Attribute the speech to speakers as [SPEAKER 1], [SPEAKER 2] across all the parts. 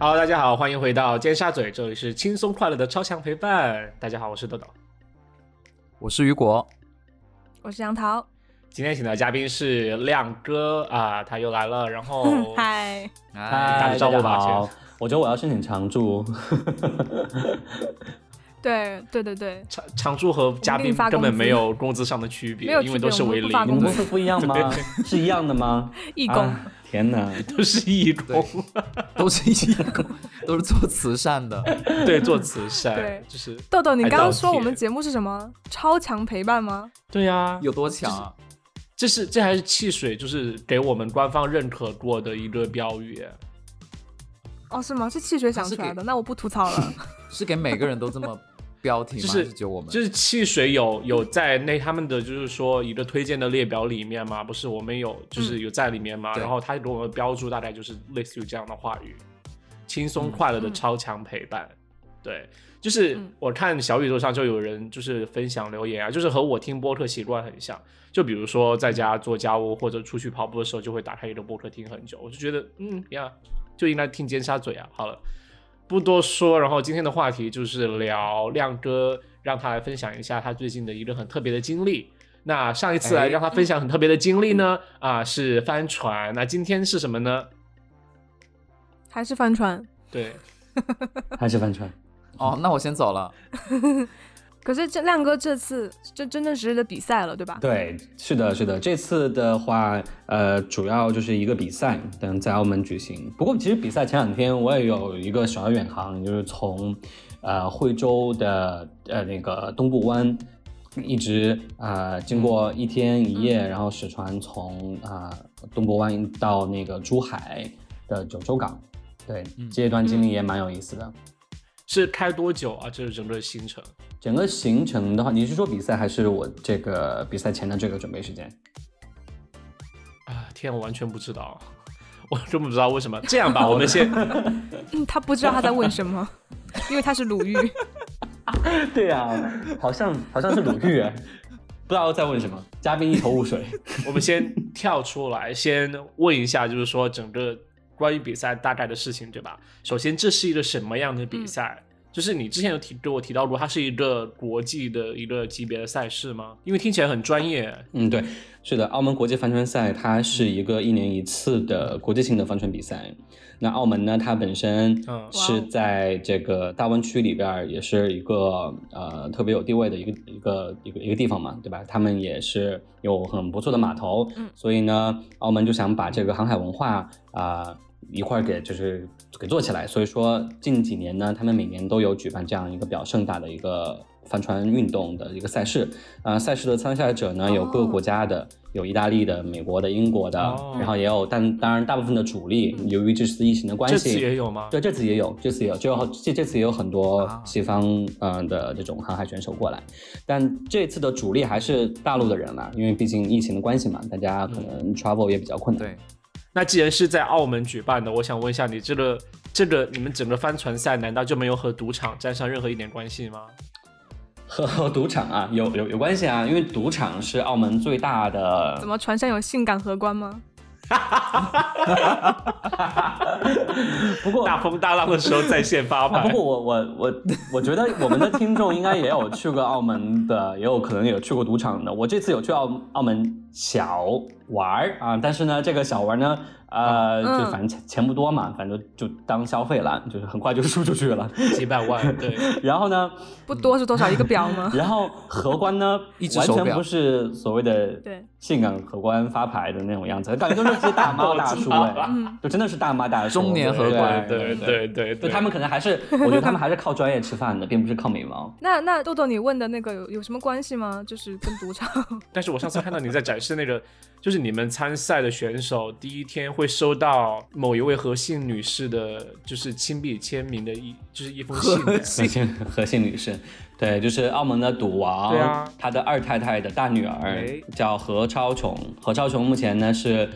[SPEAKER 1] Hello，大家好，欢迎回到尖沙咀，这里是轻松快乐的超强陪伴。大家好，我是豆豆。
[SPEAKER 2] 我是雨果，
[SPEAKER 3] 我是杨桃。，
[SPEAKER 1] 今天请到的嘉宾是亮哥啊，他又来了。然后
[SPEAKER 3] 嗨，
[SPEAKER 1] 嗨打个招呼吧
[SPEAKER 4] 哎大家好，我觉得我要申请常驻，
[SPEAKER 3] 对对对对，
[SPEAKER 1] 常常驻和嘉
[SPEAKER 3] 我们给
[SPEAKER 1] 宾
[SPEAKER 3] 你发
[SPEAKER 1] 根本
[SPEAKER 3] 工资
[SPEAKER 1] 没有工资上的区别，
[SPEAKER 3] 没有区别
[SPEAKER 1] 因为都是
[SPEAKER 3] 我
[SPEAKER 1] 为
[SPEAKER 3] 们不
[SPEAKER 1] 零，
[SPEAKER 3] 发
[SPEAKER 4] 你
[SPEAKER 3] 工
[SPEAKER 4] 们
[SPEAKER 3] 资
[SPEAKER 4] 公司不一 样吗？是一样的吗？
[SPEAKER 3] 义工
[SPEAKER 4] 啊天哪！
[SPEAKER 1] 都是义工，
[SPEAKER 2] 都是义工， 都是做慈善的。
[SPEAKER 1] 对，做慈善
[SPEAKER 3] 对，
[SPEAKER 1] 就是
[SPEAKER 3] 豆豆，你
[SPEAKER 1] 还
[SPEAKER 3] 刚刚
[SPEAKER 1] 倒
[SPEAKER 3] 说我们
[SPEAKER 1] 贴
[SPEAKER 3] 节目是什么？超强陪伴吗？
[SPEAKER 1] 对呀，
[SPEAKER 2] 有多强啊？
[SPEAKER 1] 这是这还是汽水，就是给我们官方认可过的一个标语。
[SPEAKER 3] 哦，是吗？是汽水想出来
[SPEAKER 2] 它是
[SPEAKER 3] 的，那我不吐槽了。
[SPEAKER 2] 是给每个人都这么标题吗？
[SPEAKER 1] 就是
[SPEAKER 2] 还是只有我们？
[SPEAKER 1] 就是汽水有有在那他们的就是说一个推荐的列表里面嘛，不是我们有就是有在里面嘛，
[SPEAKER 2] 嗯对
[SPEAKER 1] 然后他给我们标注大概就是类似于这样的话语，轻松快乐的
[SPEAKER 3] 嗯
[SPEAKER 1] 超强陪伴，对，就是
[SPEAKER 3] 嗯
[SPEAKER 1] 我看小宇宙上就有人就是分享留言啊，就是和我听播客习惯很像，就比如说在家做家务或者出去跑步的时候，就会打开一个播客听很久，我就觉得嗯呀，就应该听尖沙咀啊，好了。不多说，然后今天的话题就是聊亮哥，让他来分享一下他最近的一个很特别的经历。那上一次来
[SPEAKER 2] 哎
[SPEAKER 1] 让他分享很特别的经历呢，啊，是帆船。那今天是什么呢？啊
[SPEAKER 3] 还是帆船？
[SPEAKER 1] 对，
[SPEAKER 4] 还是帆船？
[SPEAKER 2] 哦，那我先走了。
[SPEAKER 3] 可是这亮哥这次就真真实实的比赛了，对吧？
[SPEAKER 4] 对，是的，是的。这次的话，呃，主要就是一个比赛，等在澳门举行。不过其实比赛前两天我也有一个小的远航，就是从呃惠州的呃那个东部湾。一直呃，经过一天一夜，然后驶船从啊、呃东部湾到那个珠海的九州港，对，这一段经历也蛮有意思的。
[SPEAKER 1] 是开多久啊？这是整个行程。
[SPEAKER 4] 整个行程的话，你是说比赛还是我这个比赛前的这个准备时间？
[SPEAKER 1] 啊，天，我完全不知道，我根本不知道为什么。这样吧，我们先，
[SPEAKER 3] 嗯他不知道他在问什么， 因为他是鲁豫。
[SPEAKER 4] 对啊，好像好像是鲁豫哎，不知道在问什么，嘉宾一头雾水。
[SPEAKER 1] 我们先跳出来，先问一下，就是说整个关于比赛大概的事情，对吧？首先，这是一个什么样的比赛？就是你之前有提给我提到过，它是一个国际的一个级别的赛事吗？因为听起来很专业。
[SPEAKER 4] 嗯，对，是的，澳门国际帆船赛它是一个一年一次的国际性的帆船比赛。那澳门呢，它本身
[SPEAKER 1] 嗯
[SPEAKER 4] 是在这个大湾区里边儿，也是一个呃特别有地位的一个一个一个一个地方嘛，对吧？他们也是有很不错的码头，
[SPEAKER 3] 嗯
[SPEAKER 4] 所以呢，澳门就想把这个航海文化啊、一块儿给就是给做起来。所以说近几年呢，他们每年都有举办这样一个比较盛大的一个帆船运动的一个赛事。啊、赛事的参赛者呢有各个国家的，有意大利的、美国的、英国的，
[SPEAKER 1] 哦
[SPEAKER 4] 然后也有但当然大部分的主力，由于这次疫情的关
[SPEAKER 1] 这次也
[SPEAKER 4] 系。
[SPEAKER 1] 有吗？
[SPEAKER 4] 对，这次也有，这次也有，就有好这这次也有很多
[SPEAKER 2] 啊
[SPEAKER 4] 西方嗯、呃的这种航海选手过来，但这次的主力还是大陆的人啦，因为毕竟疫情的关系嘛，大家
[SPEAKER 1] 嗯
[SPEAKER 4] 可能 travel 也比较困难。
[SPEAKER 2] 对，
[SPEAKER 1] 那既然是在澳门举办的，我想问一下你这个这个你们整个帆船赛难道就没有和赌场沾上任何一点关系吗？
[SPEAKER 4] 和赌场啊，有有有关系啊，因为赌场是澳门最大的
[SPEAKER 3] 怎，么船上有性感荷官吗？
[SPEAKER 4] 不过
[SPEAKER 1] 大风大浪的时候在线发
[SPEAKER 4] 啊
[SPEAKER 1] 牌
[SPEAKER 4] 不过我我我我觉得我们的听众应该也有去过澳门的，也有可能有去过赌场的。我这次有去澳澳门小玩儿啊，但是呢，这个小玩儿呢，呃，
[SPEAKER 2] 啊
[SPEAKER 3] 嗯
[SPEAKER 4] 就反正钱钱不多嘛，反正就当消费了，就是很快就输出去了。
[SPEAKER 1] 几百万， 对，
[SPEAKER 4] 然后呢，
[SPEAKER 3] 不多是多少一个表 吗？
[SPEAKER 4] 然后荷官呢
[SPEAKER 2] 一，只
[SPEAKER 4] 完
[SPEAKER 2] 手
[SPEAKER 4] 全
[SPEAKER 2] 表
[SPEAKER 4] 不是所谓的
[SPEAKER 3] 对
[SPEAKER 4] 性感荷官发牌的那种样子，感觉都是一些大妈
[SPEAKER 1] 我知
[SPEAKER 4] 大叔
[SPEAKER 1] 道
[SPEAKER 4] 哎
[SPEAKER 1] 了，
[SPEAKER 3] 嗯
[SPEAKER 4] 就真的是大妈大叔，
[SPEAKER 2] 中年荷官
[SPEAKER 4] 对
[SPEAKER 1] 对对对
[SPEAKER 4] 就
[SPEAKER 1] 对，
[SPEAKER 4] 他们可能还是，我觉得他们还是靠专业吃饭的，并不是靠美貌。
[SPEAKER 3] 那那豆豆，你问的那个有有什么关系吗？就是跟赌场
[SPEAKER 1] 但是我上次看到你在展示那个， 就是你们参赛的选手第一天会收到某一位何姓女士的，就是亲笔签名的一，就是一封信
[SPEAKER 2] 何
[SPEAKER 1] 哎。
[SPEAKER 2] 姓
[SPEAKER 4] 核心 核心女士，对，就是澳门的赌王，
[SPEAKER 1] 对啊
[SPEAKER 4] 他的二太太的大女儿
[SPEAKER 2] 哎
[SPEAKER 4] 叫何超琼，何超琼目前呢是。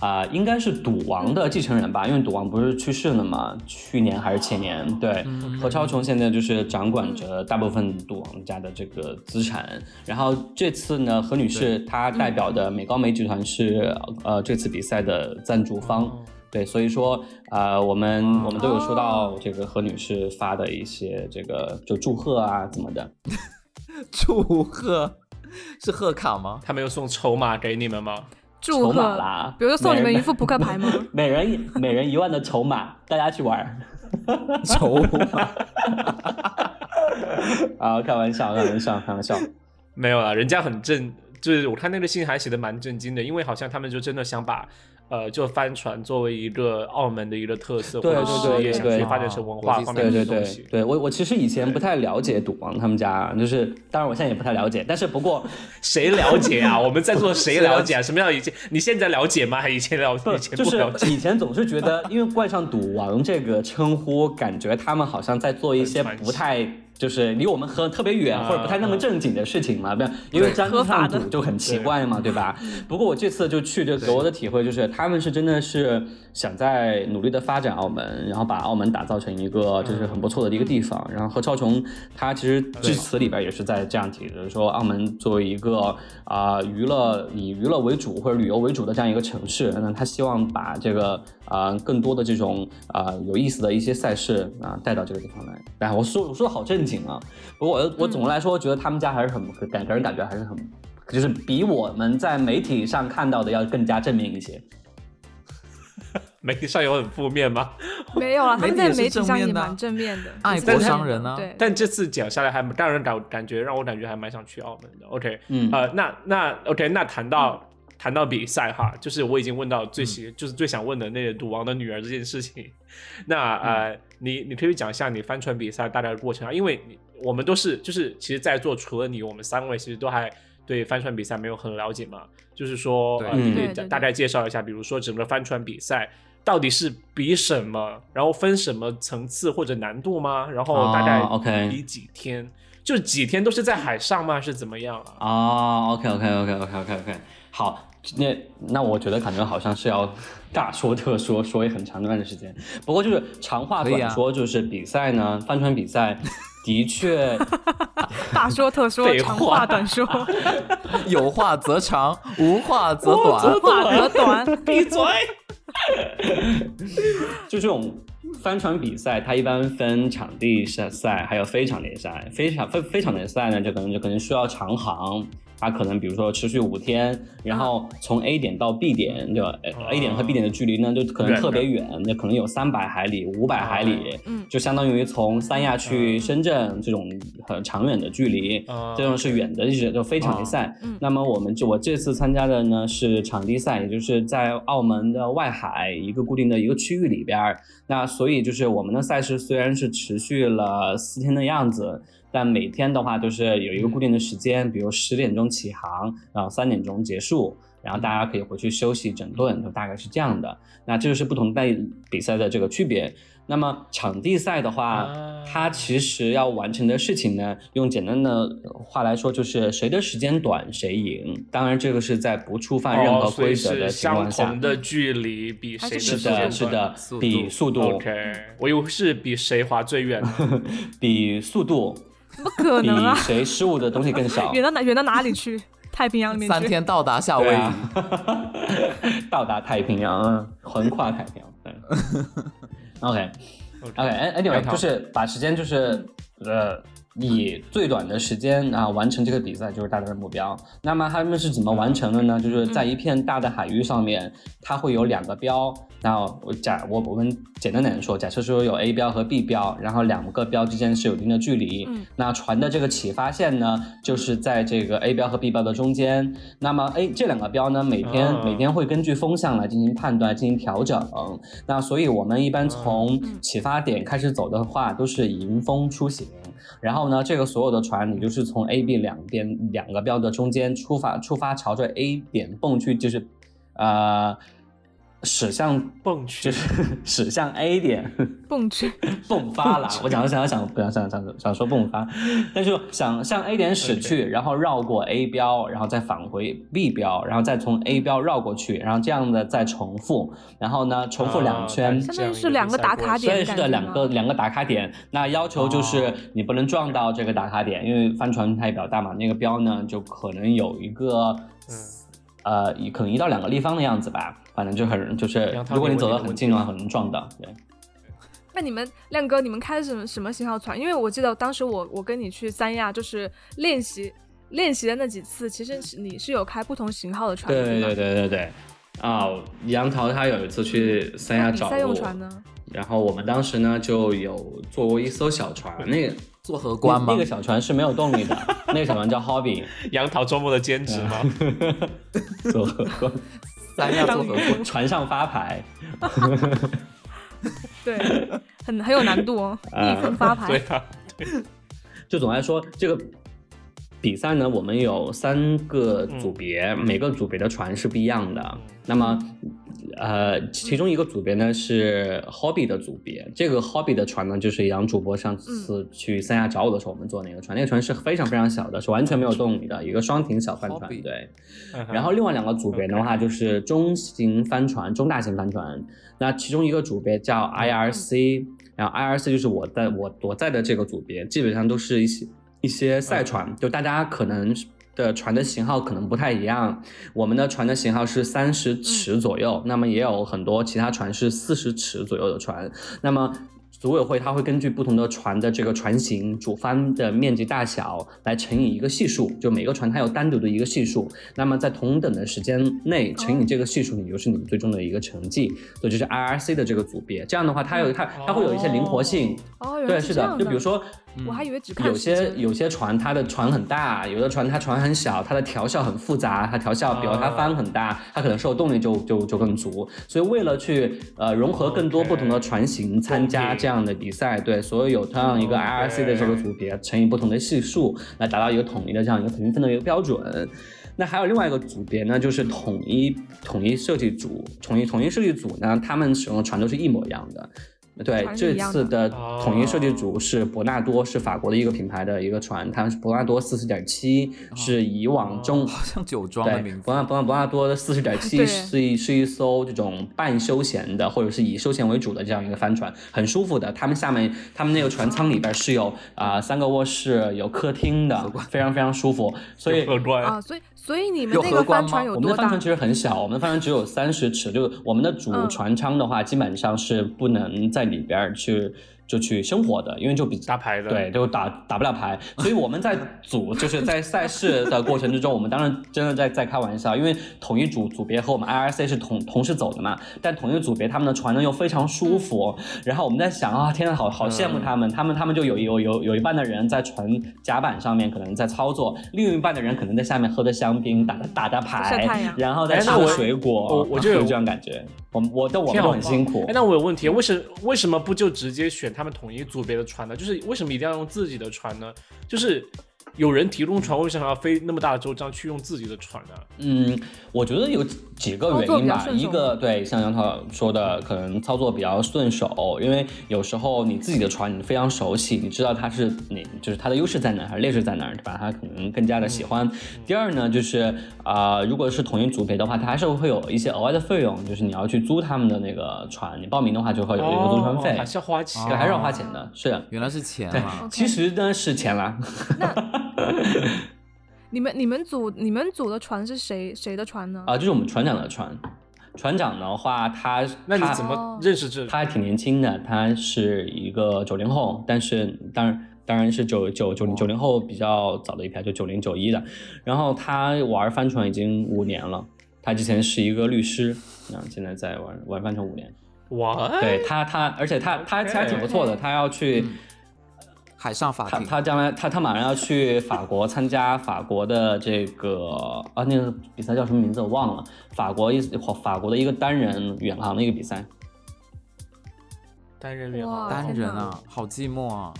[SPEAKER 4] 啊、应该是赌王的继承人吧，因为赌王不是去世了嘛，去年还是前年？对，何超琼现在就是掌管着大部分赌王家的这个资产。然后这次呢，何女士她代表的美高梅集团是呃这次比赛的赞助方，对，所以说呃，我们、
[SPEAKER 1] 嗯
[SPEAKER 4] 我们都有收到
[SPEAKER 3] 哦
[SPEAKER 4] 这个何女士发的一些这个就祝贺啊怎么的，
[SPEAKER 2] 祝贺是贺卡吗？
[SPEAKER 1] 他们有送筹码给你们吗？
[SPEAKER 3] 祝
[SPEAKER 4] 筹码
[SPEAKER 3] 贺
[SPEAKER 4] 啦，
[SPEAKER 3] 比如说送你们
[SPEAKER 4] 每人
[SPEAKER 3] 一副扑克牌吗？
[SPEAKER 4] 每 人一每人一万的筹码，大家去玩儿。
[SPEAKER 2] 筹码
[SPEAKER 4] 啊，开玩笑，开玩笑，开玩笑。
[SPEAKER 1] 没有啦，人家很震，就是我看那个信还写的蛮震惊的，因为好像他们就真的想把。呃，就帆船作为一个澳门的一个特色，
[SPEAKER 4] 对
[SPEAKER 1] 或者是
[SPEAKER 3] 对
[SPEAKER 1] 事业
[SPEAKER 3] 对
[SPEAKER 1] 想
[SPEAKER 4] 对
[SPEAKER 1] 去发展成文化方面的
[SPEAKER 4] 对对
[SPEAKER 1] 东
[SPEAKER 4] 对
[SPEAKER 1] 西。
[SPEAKER 4] 对，我我其实以前不太了解赌王他们家，就是当然我现在也不太了解，但是不过
[SPEAKER 1] 谁了解啊？我们在座谁了 解啊？什么叫以前？你现在了解吗？还以前了
[SPEAKER 4] 不
[SPEAKER 1] 以前
[SPEAKER 4] 就
[SPEAKER 1] 不
[SPEAKER 4] 是
[SPEAKER 1] 了解？
[SPEAKER 4] 以前总是觉 得，因为冠上赌王这个称呼，感觉他们好像在做一些
[SPEAKER 1] 很传奇
[SPEAKER 4] 不太就是离我们很特别远
[SPEAKER 1] 啊
[SPEAKER 4] 或者不太那么正经的事情嘛，不、因为沾
[SPEAKER 3] 合法
[SPEAKER 4] 上
[SPEAKER 3] 的
[SPEAKER 4] 赌就很奇怪嘛，对吧？不过我这次就去，就给我的体会就是，他们是真的是想在努力的发展澳门，然后把澳门打造成一个就是很不错的一个地方。然后何超琼他其实致辞里边也是在这样提，就是说澳门作为一个啊、娱乐以娱乐为主或者旅游为主的这样一个城市，那他希望把这个啊、更多的这种啊、有意思的一些赛事啊、带到这个地方来。哎，我说我说的好正经啊，不过我我总的来说觉得他们家还是很感个人感觉还是很。就是比我们在媒体上看到的要更加正面一些。
[SPEAKER 1] 媒体上有很负面吗？
[SPEAKER 3] 没有啊，他
[SPEAKER 2] 媒体
[SPEAKER 3] 们在
[SPEAKER 2] 也是
[SPEAKER 3] 媒体
[SPEAKER 2] 正
[SPEAKER 3] 上
[SPEAKER 2] 面
[SPEAKER 3] 也
[SPEAKER 2] 的啊
[SPEAKER 3] 蛮正面的，
[SPEAKER 2] 爱
[SPEAKER 3] 也是正
[SPEAKER 1] 国
[SPEAKER 3] 面
[SPEAKER 2] 商
[SPEAKER 3] 的
[SPEAKER 2] 人啊
[SPEAKER 3] 对，
[SPEAKER 1] 但这次讲下来还让人感感觉让我感觉还蛮想去澳门的。OK，
[SPEAKER 4] 嗯
[SPEAKER 1] 呃，那那 OK，那谈到、谈到比赛哈，就是我已经问到
[SPEAKER 4] 嗯
[SPEAKER 1] 最喜、就是最想问的那个赌王的女儿这件事情。那
[SPEAKER 4] 嗯
[SPEAKER 1] 呃，你你可以讲一下你帆船比赛大概的过程啊，因为你我们都是就是其实在座除了你，我们三位其实都还。对帆船比赛没有很了解嘛，就是说，
[SPEAKER 2] 对
[SPEAKER 1] 呃，你可
[SPEAKER 4] 嗯
[SPEAKER 1] 以
[SPEAKER 3] 对对
[SPEAKER 1] 大概介绍一下，比如说整个帆船比赛到底是比什么，然后分什么层次或者难度吗？然后大概
[SPEAKER 4] 哦，OK
[SPEAKER 1] 比几天？就几天都是在海上吗？还是怎么样啊？
[SPEAKER 4] 哦，OK OK OK OK OK OK，好，那那我觉得感觉好像是要大说特说， 说一很长段的时间。不过就是长话
[SPEAKER 2] 可以
[SPEAKER 4] 短
[SPEAKER 2] 啊
[SPEAKER 4] 说，就是比赛呢，帆船比赛的确
[SPEAKER 3] 大说特 说，
[SPEAKER 1] 废
[SPEAKER 3] 长
[SPEAKER 1] 话
[SPEAKER 3] 话短 说，
[SPEAKER 2] 有话则长，无话则短
[SPEAKER 3] 长。话可短，
[SPEAKER 1] 闭嘴！
[SPEAKER 4] 就这种帆船比赛，它一般分场地赛赛，还有非场地赛。非场非非场地赛呢，就可能就可能需要长航，它可能比如说持续五天，然后从 A 点到 B 点，对吧、a 点和 B 点的距离呢，就可能
[SPEAKER 1] 远
[SPEAKER 4] 特别远，那可能有三百海里、五百海里，
[SPEAKER 3] 嗯
[SPEAKER 4] 就相当于从三亚去深圳这种很长远的距离，
[SPEAKER 1] 啊
[SPEAKER 4] 这种是远的一些，就非场地赛。
[SPEAKER 3] 嗯
[SPEAKER 4] 那么我们就我这次参加的呢是场地赛，也就是在澳门的外海一个固定的一个区域里边儿。那所以就是我们的赛事虽然是持续了四天的样子，但每天的话都是有一个固定的时间，比如十点钟起航，然后三点钟结束。然后大
[SPEAKER 1] 嗯
[SPEAKER 4] 家可以回去休息整顿，就大概是这样的。那这就是不同赛比赛的这个区别。那么场地赛的话，
[SPEAKER 1] 啊
[SPEAKER 4] 它其实要完成的事情呢，用简单的话来说，就是谁的时间短谁赢。当然，这个是在不触犯任
[SPEAKER 1] 哦，
[SPEAKER 4] 何
[SPEAKER 1] 所以
[SPEAKER 4] 规则的
[SPEAKER 1] 是
[SPEAKER 4] 情
[SPEAKER 1] 相
[SPEAKER 4] 况下。
[SPEAKER 1] 同的距离比谁
[SPEAKER 3] 还是
[SPEAKER 4] 是
[SPEAKER 3] 速
[SPEAKER 4] 的，
[SPEAKER 3] 度
[SPEAKER 4] 是的
[SPEAKER 2] 速，度
[SPEAKER 4] 比速度
[SPEAKER 1] OK，我以为是比谁划最 远呢。
[SPEAKER 4] 比速度，
[SPEAKER 3] 怎么可
[SPEAKER 4] 比
[SPEAKER 3] 能啊？
[SPEAKER 4] 谁失误的东西更 少。
[SPEAKER 3] 远到哪远到哪里去？ 太平洋里
[SPEAKER 2] 嗯
[SPEAKER 3] 面
[SPEAKER 2] 三
[SPEAKER 3] 去？
[SPEAKER 2] 天到达夏
[SPEAKER 4] 对
[SPEAKER 2] 威夷，
[SPEAKER 4] 啊，到达太平洋，嗯横跨太平洋。对 OK，OK，哎，Anyway，
[SPEAKER 1] 非常
[SPEAKER 4] 就是把时间就是呃，以最短的时间啊、完成这个比赛，就是大家的目标。那么他们是怎么完成的呢？就是在一片大的海域上面，它会有两个标。那我假我我们简单点说，假设说有 A 标和 B 标，然后两个标之间是有一定的距离。
[SPEAKER 3] 嗯
[SPEAKER 4] 那船的这个起发线呢，就是在这个 A 标和 B 标的中间。那么 A 这两个标呢，每天、
[SPEAKER 1] 啊
[SPEAKER 4] 每天会根据风向来进行判断、进行调整。嗯那所以我们一般从起发点开始走的话，都是迎风出行。然后呢，这个所有的船，你就是从 A、B 两边两个标的中间出发，出发朝着 A 点蹦去，就是，呃，驶向
[SPEAKER 1] 蹦去
[SPEAKER 4] 就是 驶向 A 点。
[SPEAKER 3] 蹦去，
[SPEAKER 4] 迸发啦！我想想想想想想想说迸发，但是想向 A 点驶去，然后绕过 A 标，然后再返回 B 标，然后再从 A 标绕过去，然后这样的再重复，然后呢重复两圈。
[SPEAKER 1] 啊
[SPEAKER 3] 相当于是
[SPEAKER 1] 这样
[SPEAKER 3] 两
[SPEAKER 1] 一
[SPEAKER 3] 个
[SPEAKER 1] 个
[SPEAKER 3] 打卡
[SPEAKER 4] 所
[SPEAKER 3] 点
[SPEAKER 4] 以
[SPEAKER 3] 的
[SPEAKER 4] 是
[SPEAKER 3] 感
[SPEAKER 4] 的，
[SPEAKER 3] 觉
[SPEAKER 4] 两个
[SPEAKER 3] 吗。
[SPEAKER 4] 两个打卡点，那要求就是
[SPEAKER 1] 哦
[SPEAKER 4] 你不能撞到这个打卡点，因为帆船它也比较大嘛，那个标呢就可能有一个
[SPEAKER 1] 嗯
[SPEAKER 4] 呃，一可能一到两个立方的样子吧，反正就很就是
[SPEAKER 1] 两，条
[SPEAKER 4] 如果你
[SPEAKER 1] 腿
[SPEAKER 4] 走
[SPEAKER 1] 围
[SPEAKER 4] 得
[SPEAKER 1] 着
[SPEAKER 4] 很
[SPEAKER 1] 围
[SPEAKER 4] 近的话，很撞的。对，
[SPEAKER 3] 那你们亮哥，你们开什么什么型号团？因为我记得当时我我跟你去三亚，就是练习练习的那几次，其实是你是有开不同型号的船，
[SPEAKER 4] 对对
[SPEAKER 3] 吧
[SPEAKER 4] 对对对对。啊、杨桃他有一次去三亚
[SPEAKER 3] 啊比
[SPEAKER 4] 找
[SPEAKER 3] 赛用
[SPEAKER 4] 我，
[SPEAKER 3] 船呢？
[SPEAKER 4] 然后我们当时呢就有坐过一艘小船，那个
[SPEAKER 2] 做荷官
[SPEAKER 4] 那
[SPEAKER 2] 吗？
[SPEAKER 4] 那个小船是没有动力的，那个小船叫 Hobby，
[SPEAKER 1] 杨桃周末的兼
[SPEAKER 4] 嗯
[SPEAKER 1] 职吗？
[SPEAKER 4] 做荷官，
[SPEAKER 2] 三亚做荷官，
[SPEAKER 4] 船上发牌，
[SPEAKER 3] 对， 很很有难度哦，
[SPEAKER 4] 啊
[SPEAKER 3] 逆风发
[SPEAKER 1] 对
[SPEAKER 3] 牌。
[SPEAKER 1] 啊，
[SPEAKER 4] 就总来说，这个比赛呢，我们有三个组别，每个组别的船是不一样的。那么，呃，其中一个组别呢是 hobby 的组别，这个 hobby 的船呢，就是杨主播上次去三亚找我的时候，我们坐那个船，那个船是非常非常小的，是完全没有动力的一个双艇小帆船，
[SPEAKER 2] Hobby
[SPEAKER 4] 对。
[SPEAKER 1] 嗯哼
[SPEAKER 4] 然后另外两个组别的话就是中型帆船、中大型帆船。那其中一个组别叫 IRC，然后 IRC 就是我在我我在的这个组别，基本上都是一些一些赛船，就大家可能的船的型号可能不太一样。我们的船的型号是三十尺左右，那么也有很多其他船是四十尺左右的船。那么组委会它会根据不同的船的这个船型、主帆的面积大小来乘以一个系数，就每个船它有单独的一个系数。那么在同等的时间内乘以这个系数，你就是你们最终的一个成绩。所以这是 IRC 的这个组别。这样的话，它有它它会有一些灵活性。
[SPEAKER 3] 哦，原来
[SPEAKER 4] 对，
[SPEAKER 3] 是
[SPEAKER 4] 是
[SPEAKER 3] 这
[SPEAKER 4] 的
[SPEAKER 3] 样，
[SPEAKER 4] 就比如说，嗯
[SPEAKER 3] 我还以为只看
[SPEAKER 4] 有
[SPEAKER 3] 时
[SPEAKER 4] 些
[SPEAKER 3] 间
[SPEAKER 4] 有些船它的船很大，有的船它船很小，它的调校很复杂，它调校比如它帆很大，它可能受动力就就就更足。所以为了去呃融合更多
[SPEAKER 1] OK
[SPEAKER 4] 不同的船型参加
[SPEAKER 1] 动力
[SPEAKER 4] 这样的比赛，对，所以有这样一个
[SPEAKER 1] OK
[SPEAKER 4] IRC 的这个组别乘以不同的系数，来达到一个统一的这样一个评分的一个标准。那还有另外一个组别呢，就是统一统一设计组，统一统一设计组呢，他们使用的船都是一模一样的。对，
[SPEAKER 3] 船是
[SPEAKER 4] 这
[SPEAKER 3] 一样的
[SPEAKER 4] 次的统一设计组是博纳多，是法国的一个品牌的一个船，它是博纳多四十点七，
[SPEAKER 2] 哦
[SPEAKER 4] 是以往中。
[SPEAKER 2] 好像酒庄的
[SPEAKER 4] 对
[SPEAKER 2] 名，字。
[SPEAKER 4] 博纳博纳博纳多的四十点七
[SPEAKER 3] 对
[SPEAKER 4] 是一是一艘这种半休闲的，或者是以休闲为主的这样一个帆船，很舒服的。他们下面他们那个船舱里边是有啊、三个卧室，有客厅的，非常非常舒服。所以
[SPEAKER 1] 客观
[SPEAKER 3] 啊，所以所以你们
[SPEAKER 2] 有
[SPEAKER 3] 那
[SPEAKER 2] 荷
[SPEAKER 3] 个
[SPEAKER 2] 官
[SPEAKER 3] 帆船
[SPEAKER 2] 吗
[SPEAKER 3] 有
[SPEAKER 4] 我们
[SPEAKER 3] 多
[SPEAKER 4] 的帆
[SPEAKER 3] 大
[SPEAKER 4] 船？其实很小，我们的帆船只有三十尺，就我们的主
[SPEAKER 3] 嗯
[SPEAKER 4] 船舱的话，基本上是不能在里边儿去就去生活的，因为就比
[SPEAKER 1] 打牌的，
[SPEAKER 4] 对，就打打不了牌，所以我们在组就是在赛事的过程之中，我们当然真的在在开玩笑，因为统一组组别和我们 IRC 是同同时走的嘛，但统一组别他们的船呢又非常
[SPEAKER 3] 嗯
[SPEAKER 4] 舒服，然后我们在想啊，天呐，好好羡慕
[SPEAKER 1] 嗯
[SPEAKER 4] 他们，他们他们就有有有有一半的人在船甲板上面可能在操作，另一半的人可能在下面喝着香槟，打着打着
[SPEAKER 3] 晒太
[SPEAKER 4] 牌
[SPEAKER 3] 阳，
[SPEAKER 4] 然后再
[SPEAKER 1] 哎
[SPEAKER 4] 吃
[SPEAKER 1] 那
[SPEAKER 4] 着
[SPEAKER 1] 我
[SPEAKER 4] 水
[SPEAKER 1] 我
[SPEAKER 4] 果，啊
[SPEAKER 1] 我就有
[SPEAKER 4] 有这样感觉，我们我但我们
[SPEAKER 1] 天啊
[SPEAKER 4] 都很辛苦
[SPEAKER 1] 哎，。那我有问题，为什为什么不就直接选他们统一组别的船呢？就是为什么一定要用自己的船呢？就是有人提供船，为什么要飞那么大的洲章去用自己的船呢？
[SPEAKER 4] 嗯，我觉得有几个
[SPEAKER 3] 操作
[SPEAKER 4] 原因
[SPEAKER 3] 比较
[SPEAKER 4] 吧。
[SPEAKER 3] 顺
[SPEAKER 4] 一
[SPEAKER 3] 手
[SPEAKER 4] 个对，像杨涛说的，可能操作比较顺手，因为有时候你自己的船你非常熟悉，你知道它是哪，就是它的优势在哪儿还是劣势在哪儿，对吧？它可能更加的喜
[SPEAKER 3] 嗯
[SPEAKER 4] 欢。第二呢，就是啊、如果是统一组别的话，它还是会有一些额外的费用，就是你要去租他们的那个船，你报名的话就会有一个租船费，哦
[SPEAKER 1] 哦还是要花钱，
[SPEAKER 4] 对，还是要花钱的，是。
[SPEAKER 2] 原来是钱
[SPEAKER 4] 对
[SPEAKER 2] 啊！，
[SPEAKER 4] 其实呢是钱啦，
[SPEAKER 3] 你们你们组你们组的船是谁谁的船呢？
[SPEAKER 4] 啊、就是我们船长的船。船长的话，他
[SPEAKER 1] 那你
[SPEAKER 4] 他
[SPEAKER 1] 怎么
[SPEAKER 3] 哦
[SPEAKER 1] 认识这？
[SPEAKER 4] 他还挺年轻的，他是一个九零后，但是当然当然是九九
[SPEAKER 1] 哦
[SPEAKER 4] 九九零后比较早的一批，就九零九一的。然后他玩帆船已经五年了，他之前是一个律师，然后现在在玩玩帆船五年。
[SPEAKER 1] 哇，
[SPEAKER 4] 对他他，而且他他他还挺不错的，
[SPEAKER 3] OK
[SPEAKER 4] 他要去。
[SPEAKER 1] 嗯
[SPEAKER 2] 海上法
[SPEAKER 4] 他
[SPEAKER 2] 庭，
[SPEAKER 4] 他将来他他马上要去法国参加法国的这个啊那个比赛叫什么名字我忘了，法国一法国的一个单人远航的一个比赛，
[SPEAKER 1] 单人远航
[SPEAKER 3] 哇
[SPEAKER 2] 单人啊，好寂寞啊！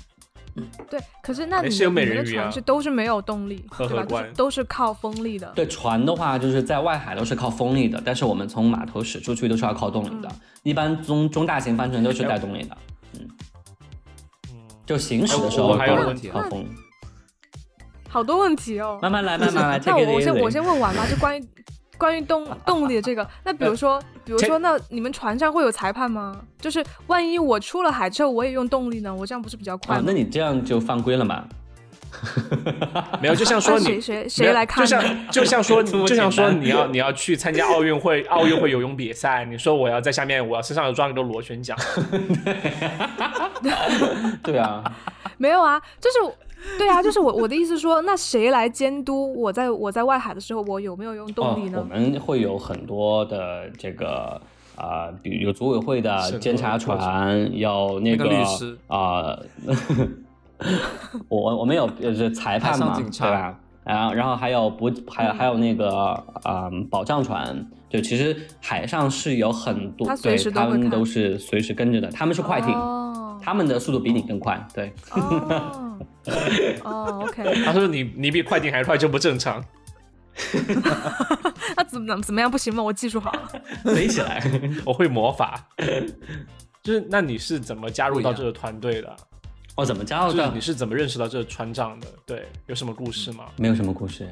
[SPEAKER 3] 对，可是那
[SPEAKER 1] 还
[SPEAKER 3] 你
[SPEAKER 1] 是有
[SPEAKER 3] 们
[SPEAKER 1] 美
[SPEAKER 3] 你们
[SPEAKER 1] 人
[SPEAKER 3] 的
[SPEAKER 1] 鱼啊
[SPEAKER 3] 船是都是没有动力，
[SPEAKER 1] 呵呵
[SPEAKER 3] 对吧？就
[SPEAKER 1] 关
[SPEAKER 3] 是都是靠风力的。
[SPEAKER 4] 对船的话，就是在外海都是靠风力的，但是我们从码头驶出去都是要靠动力的。一般中中大型帆船都是带动力的，嗯，就行驶的时
[SPEAKER 1] 哎我
[SPEAKER 4] 候
[SPEAKER 1] 我还有
[SPEAKER 4] 靠
[SPEAKER 1] 问题
[SPEAKER 4] 靠风力。
[SPEAKER 3] 好多问题哦。
[SPEAKER 4] 慢慢来，慢慢来
[SPEAKER 3] 那
[SPEAKER 4] ，take it
[SPEAKER 3] 我我先我
[SPEAKER 4] easy。
[SPEAKER 3] 先问完吧，就关于关于动动力的这个，那比如说比如
[SPEAKER 1] 啊这
[SPEAKER 3] 说，那你们船上会有裁判吗？就是万一我出了海之后我也用动力呢，我这样不是比较快
[SPEAKER 4] 啊，
[SPEAKER 3] 吗
[SPEAKER 4] 那？你这样就犯规了嘛？
[SPEAKER 1] 没有，就像说
[SPEAKER 3] 那
[SPEAKER 1] 你
[SPEAKER 3] 谁谁
[SPEAKER 1] 没
[SPEAKER 3] 谁
[SPEAKER 1] 有
[SPEAKER 3] 来看
[SPEAKER 1] 就
[SPEAKER 3] 呢？
[SPEAKER 1] 像就像说，
[SPEAKER 4] 这么
[SPEAKER 1] 就像
[SPEAKER 4] 简
[SPEAKER 1] 说
[SPEAKER 4] 单
[SPEAKER 1] 你要你要去参加奥运会奥运会游泳比赛，你说我要在下面我要身上有装一个螺旋桨，
[SPEAKER 4] 对啊，
[SPEAKER 3] 没有啊，就是对啊，就是我我的意思说，那谁来监督我在我在外海的时候，我有没有用动力
[SPEAKER 4] 哦、我
[SPEAKER 3] 呢？
[SPEAKER 4] 们会有很多的这个啊、比如有组委会
[SPEAKER 1] 审
[SPEAKER 4] 的
[SPEAKER 1] 核
[SPEAKER 4] 监察
[SPEAKER 1] 过
[SPEAKER 4] 船，有那
[SPEAKER 2] 那
[SPEAKER 4] 个
[SPEAKER 2] 个律师
[SPEAKER 4] 啊、 我我们有就是裁判
[SPEAKER 2] 海
[SPEAKER 4] 嘛，
[SPEAKER 2] 上警察
[SPEAKER 4] 对吧？然后然后还有不还
[SPEAKER 3] 嗯
[SPEAKER 4] 有还有那个啊、保障船，就其实海上是有很多
[SPEAKER 3] 他
[SPEAKER 4] 对
[SPEAKER 3] 随时都
[SPEAKER 4] 他
[SPEAKER 3] 会
[SPEAKER 4] 们
[SPEAKER 3] 看
[SPEAKER 4] 都是随时跟着的，他们是快艇，
[SPEAKER 3] 哦
[SPEAKER 4] 他们的速度比你更快，对。
[SPEAKER 3] 哦哦，OK，
[SPEAKER 1] 他说你你比快艇还快就不正常，
[SPEAKER 3] 那怎么怎么怎么样不行吗？我技术好了，
[SPEAKER 4] 飞起来。
[SPEAKER 1] 我会魔法。 就是那你是怎么加入
[SPEAKER 2] 不一
[SPEAKER 1] 到
[SPEAKER 2] 样
[SPEAKER 1] 这个团队的？
[SPEAKER 4] 哦，怎么加入
[SPEAKER 1] 就是
[SPEAKER 4] 到
[SPEAKER 1] 你？是怎么认识到这个船长的？对，有什么故事吗？
[SPEAKER 4] 没有什么故事，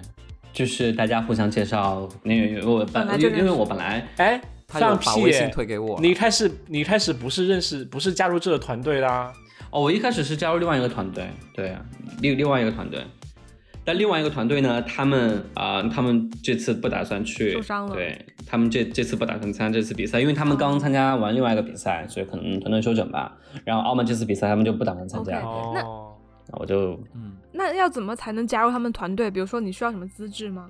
[SPEAKER 4] 就是大家互相介绍。那个我
[SPEAKER 3] 本来
[SPEAKER 4] 本
[SPEAKER 3] 就
[SPEAKER 4] 因为因
[SPEAKER 3] 认
[SPEAKER 4] 为
[SPEAKER 3] 识
[SPEAKER 4] 我本来
[SPEAKER 1] 哎，
[SPEAKER 2] 嗯他
[SPEAKER 1] 放
[SPEAKER 2] 有
[SPEAKER 1] 屁
[SPEAKER 2] 把
[SPEAKER 1] 耶
[SPEAKER 2] 微信推给我了，
[SPEAKER 1] 你一开始你一开始不是认识，不是加入这个团队啊啦？
[SPEAKER 4] 哦，我一开始是加入另外一个团队，对，啊另另外一个团队。但另外一个团队呢，他们啊、他们这次不打算去，
[SPEAKER 3] 受伤了
[SPEAKER 4] 对他们这这次不打算参加这次比赛，因为他们刚参加完另外一个比赛，所以可能团队休整吧。然后澳门这次比赛他们就不打算参加
[SPEAKER 3] OK 那
[SPEAKER 1] 哦，
[SPEAKER 4] 那我就
[SPEAKER 2] 嗯，
[SPEAKER 3] 那要怎么才能加入他们团队？比如说你需要什么资质吗？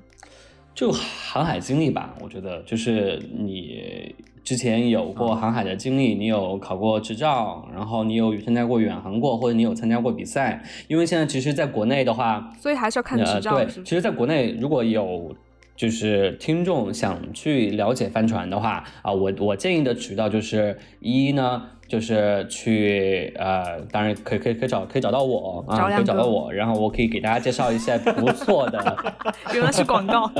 [SPEAKER 4] 就航海经历吧，我觉得就是你之前有
[SPEAKER 3] 啊
[SPEAKER 4] 过航海的经历，你有考过执照，然后你有参加过远航过，或者你有参加过比赛。因为现在其实在国内的话，
[SPEAKER 3] 所以还是要看执照，是
[SPEAKER 4] 呃、对，
[SPEAKER 3] 不
[SPEAKER 4] 其
[SPEAKER 3] 是？
[SPEAKER 4] 实在国内如果有。就是听众想去了解帆船的话啊、我我建议的渠道就是一呢，就是去呃，当然可以可以可以找可以找到我
[SPEAKER 3] 找
[SPEAKER 4] 啊，可
[SPEAKER 3] 亮
[SPEAKER 4] 以找到
[SPEAKER 3] 哥
[SPEAKER 4] 我，然后我可以给大家介绍一些不错的
[SPEAKER 3] 原来是广 告，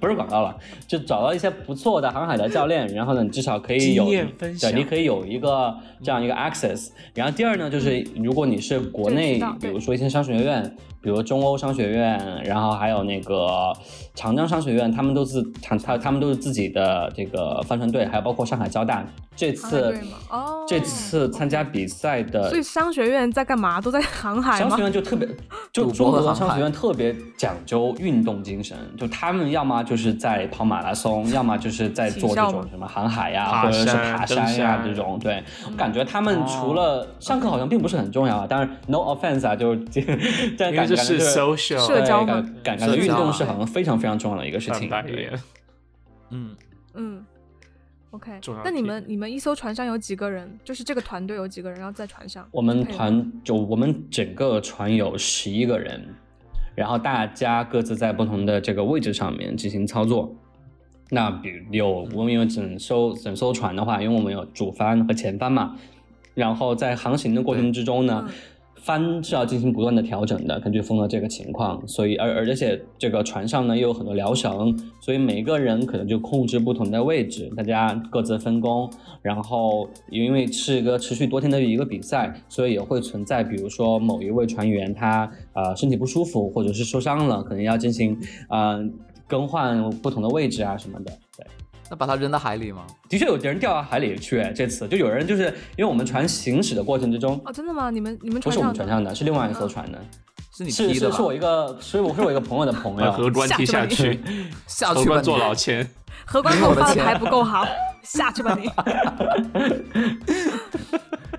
[SPEAKER 4] 不是广告了，就找到一些不错的航海的教练，然后呢，你至少可以有
[SPEAKER 1] 经验分享
[SPEAKER 4] 对，你可以有一个这样一个 access。然后第二呢，就是
[SPEAKER 1] 嗯
[SPEAKER 4] 如果你是国
[SPEAKER 3] 这个
[SPEAKER 4] 内
[SPEAKER 3] 知道，
[SPEAKER 4] 比
[SPEAKER 3] 对
[SPEAKER 4] 如说一些商学院，比如中欧商学院，然后还有那个长江商学院，他们都是长他他们都是自己的这个帆船队，还有包括上海交大这
[SPEAKER 3] 航海
[SPEAKER 4] 次
[SPEAKER 3] 队吗哦
[SPEAKER 4] 这次参加比赛的
[SPEAKER 3] 所以商学院在干嘛？都在航海
[SPEAKER 4] 商
[SPEAKER 3] 吗
[SPEAKER 4] 学？院就特别，就
[SPEAKER 2] 赌博
[SPEAKER 4] 中国
[SPEAKER 2] 和
[SPEAKER 4] 的
[SPEAKER 2] 航
[SPEAKER 4] 商学
[SPEAKER 2] 海
[SPEAKER 4] 院特别讲究运动精神，就他们要么就是在跑马拉松，要么就是在
[SPEAKER 3] 体
[SPEAKER 4] 做这
[SPEAKER 3] 校
[SPEAKER 4] 种
[SPEAKER 3] 吗嗯
[SPEAKER 4] 什么航海呀、
[SPEAKER 1] 爬
[SPEAKER 4] 或者是
[SPEAKER 1] 山
[SPEAKER 4] 爬
[SPEAKER 1] 登
[SPEAKER 4] 山呀、
[SPEAKER 1] 山
[SPEAKER 4] 这种。对，我感觉他们除了上课好像并不是很重要啊，当然 no offense 啊，就 但
[SPEAKER 1] 因为
[SPEAKER 4] 感
[SPEAKER 1] 这
[SPEAKER 4] 觉
[SPEAKER 1] 是 social
[SPEAKER 3] 社交
[SPEAKER 4] 感
[SPEAKER 3] 嘛
[SPEAKER 4] 感感
[SPEAKER 2] 社
[SPEAKER 4] 觉运
[SPEAKER 2] 交
[SPEAKER 4] 动
[SPEAKER 2] 啊
[SPEAKER 4] 是好像非常非常重要的一个事
[SPEAKER 1] 范
[SPEAKER 4] 情。
[SPEAKER 1] 白
[SPEAKER 4] 对
[SPEAKER 1] 眼。
[SPEAKER 2] 嗯，
[SPEAKER 3] 嗯，OK
[SPEAKER 1] 重要。
[SPEAKER 3] 那你
[SPEAKER 1] 题
[SPEAKER 3] 们你们一艘船上有几个人？就是这个团队有几个人？然后在船上？
[SPEAKER 4] 我们
[SPEAKER 3] 配吗
[SPEAKER 4] 团就我们整个船有十一个人，然后大家各自在不同的这个位置上面进行操作。那比如有我们有整艘整艘船的话，因为我们有主帆和前帆嘛，然后在航行的过程之中呢
[SPEAKER 3] 嗯，
[SPEAKER 4] 帆是要进行不断的调整的，根据风的这个情况，所以而而且这个船上呢又有很多疗绳，所以每个人可能就控制不同的位置，大家各自分工，然后因为是一个持续多天的一个比赛，所以也会存在，比如说某一位船员他呃身体不舒服，或者是受伤了，可能要进行呃更换不同的位置啊什么的，对。
[SPEAKER 2] 那把他扔到海里吗？
[SPEAKER 4] 的确有人掉到海里去，哎这次就有人就是因为我们船行驶的过程之中，
[SPEAKER 3] 哦，真的吗？你们你们
[SPEAKER 4] 不
[SPEAKER 3] 船
[SPEAKER 4] 是我
[SPEAKER 3] 上
[SPEAKER 4] 们船上
[SPEAKER 3] 的
[SPEAKER 4] 的，是另外一艘船的，
[SPEAKER 2] 是你
[SPEAKER 4] 是
[SPEAKER 2] 踢的
[SPEAKER 4] 是
[SPEAKER 2] 吧
[SPEAKER 4] 是？我一个，是我是我一个朋友的 朋
[SPEAKER 1] 把荷
[SPEAKER 4] 友，
[SPEAKER 1] 官踢下去，
[SPEAKER 2] 下
[SPEAKER 1] 荷
[SPEAKER 2] 啊去吧
[SPEAKER 1] 官
[SPEAKER 2] 你
[SPEAKER 1] 坐牢前。
[SPEAKER 3] 荷官给我发的牌不够 好，下去吧你。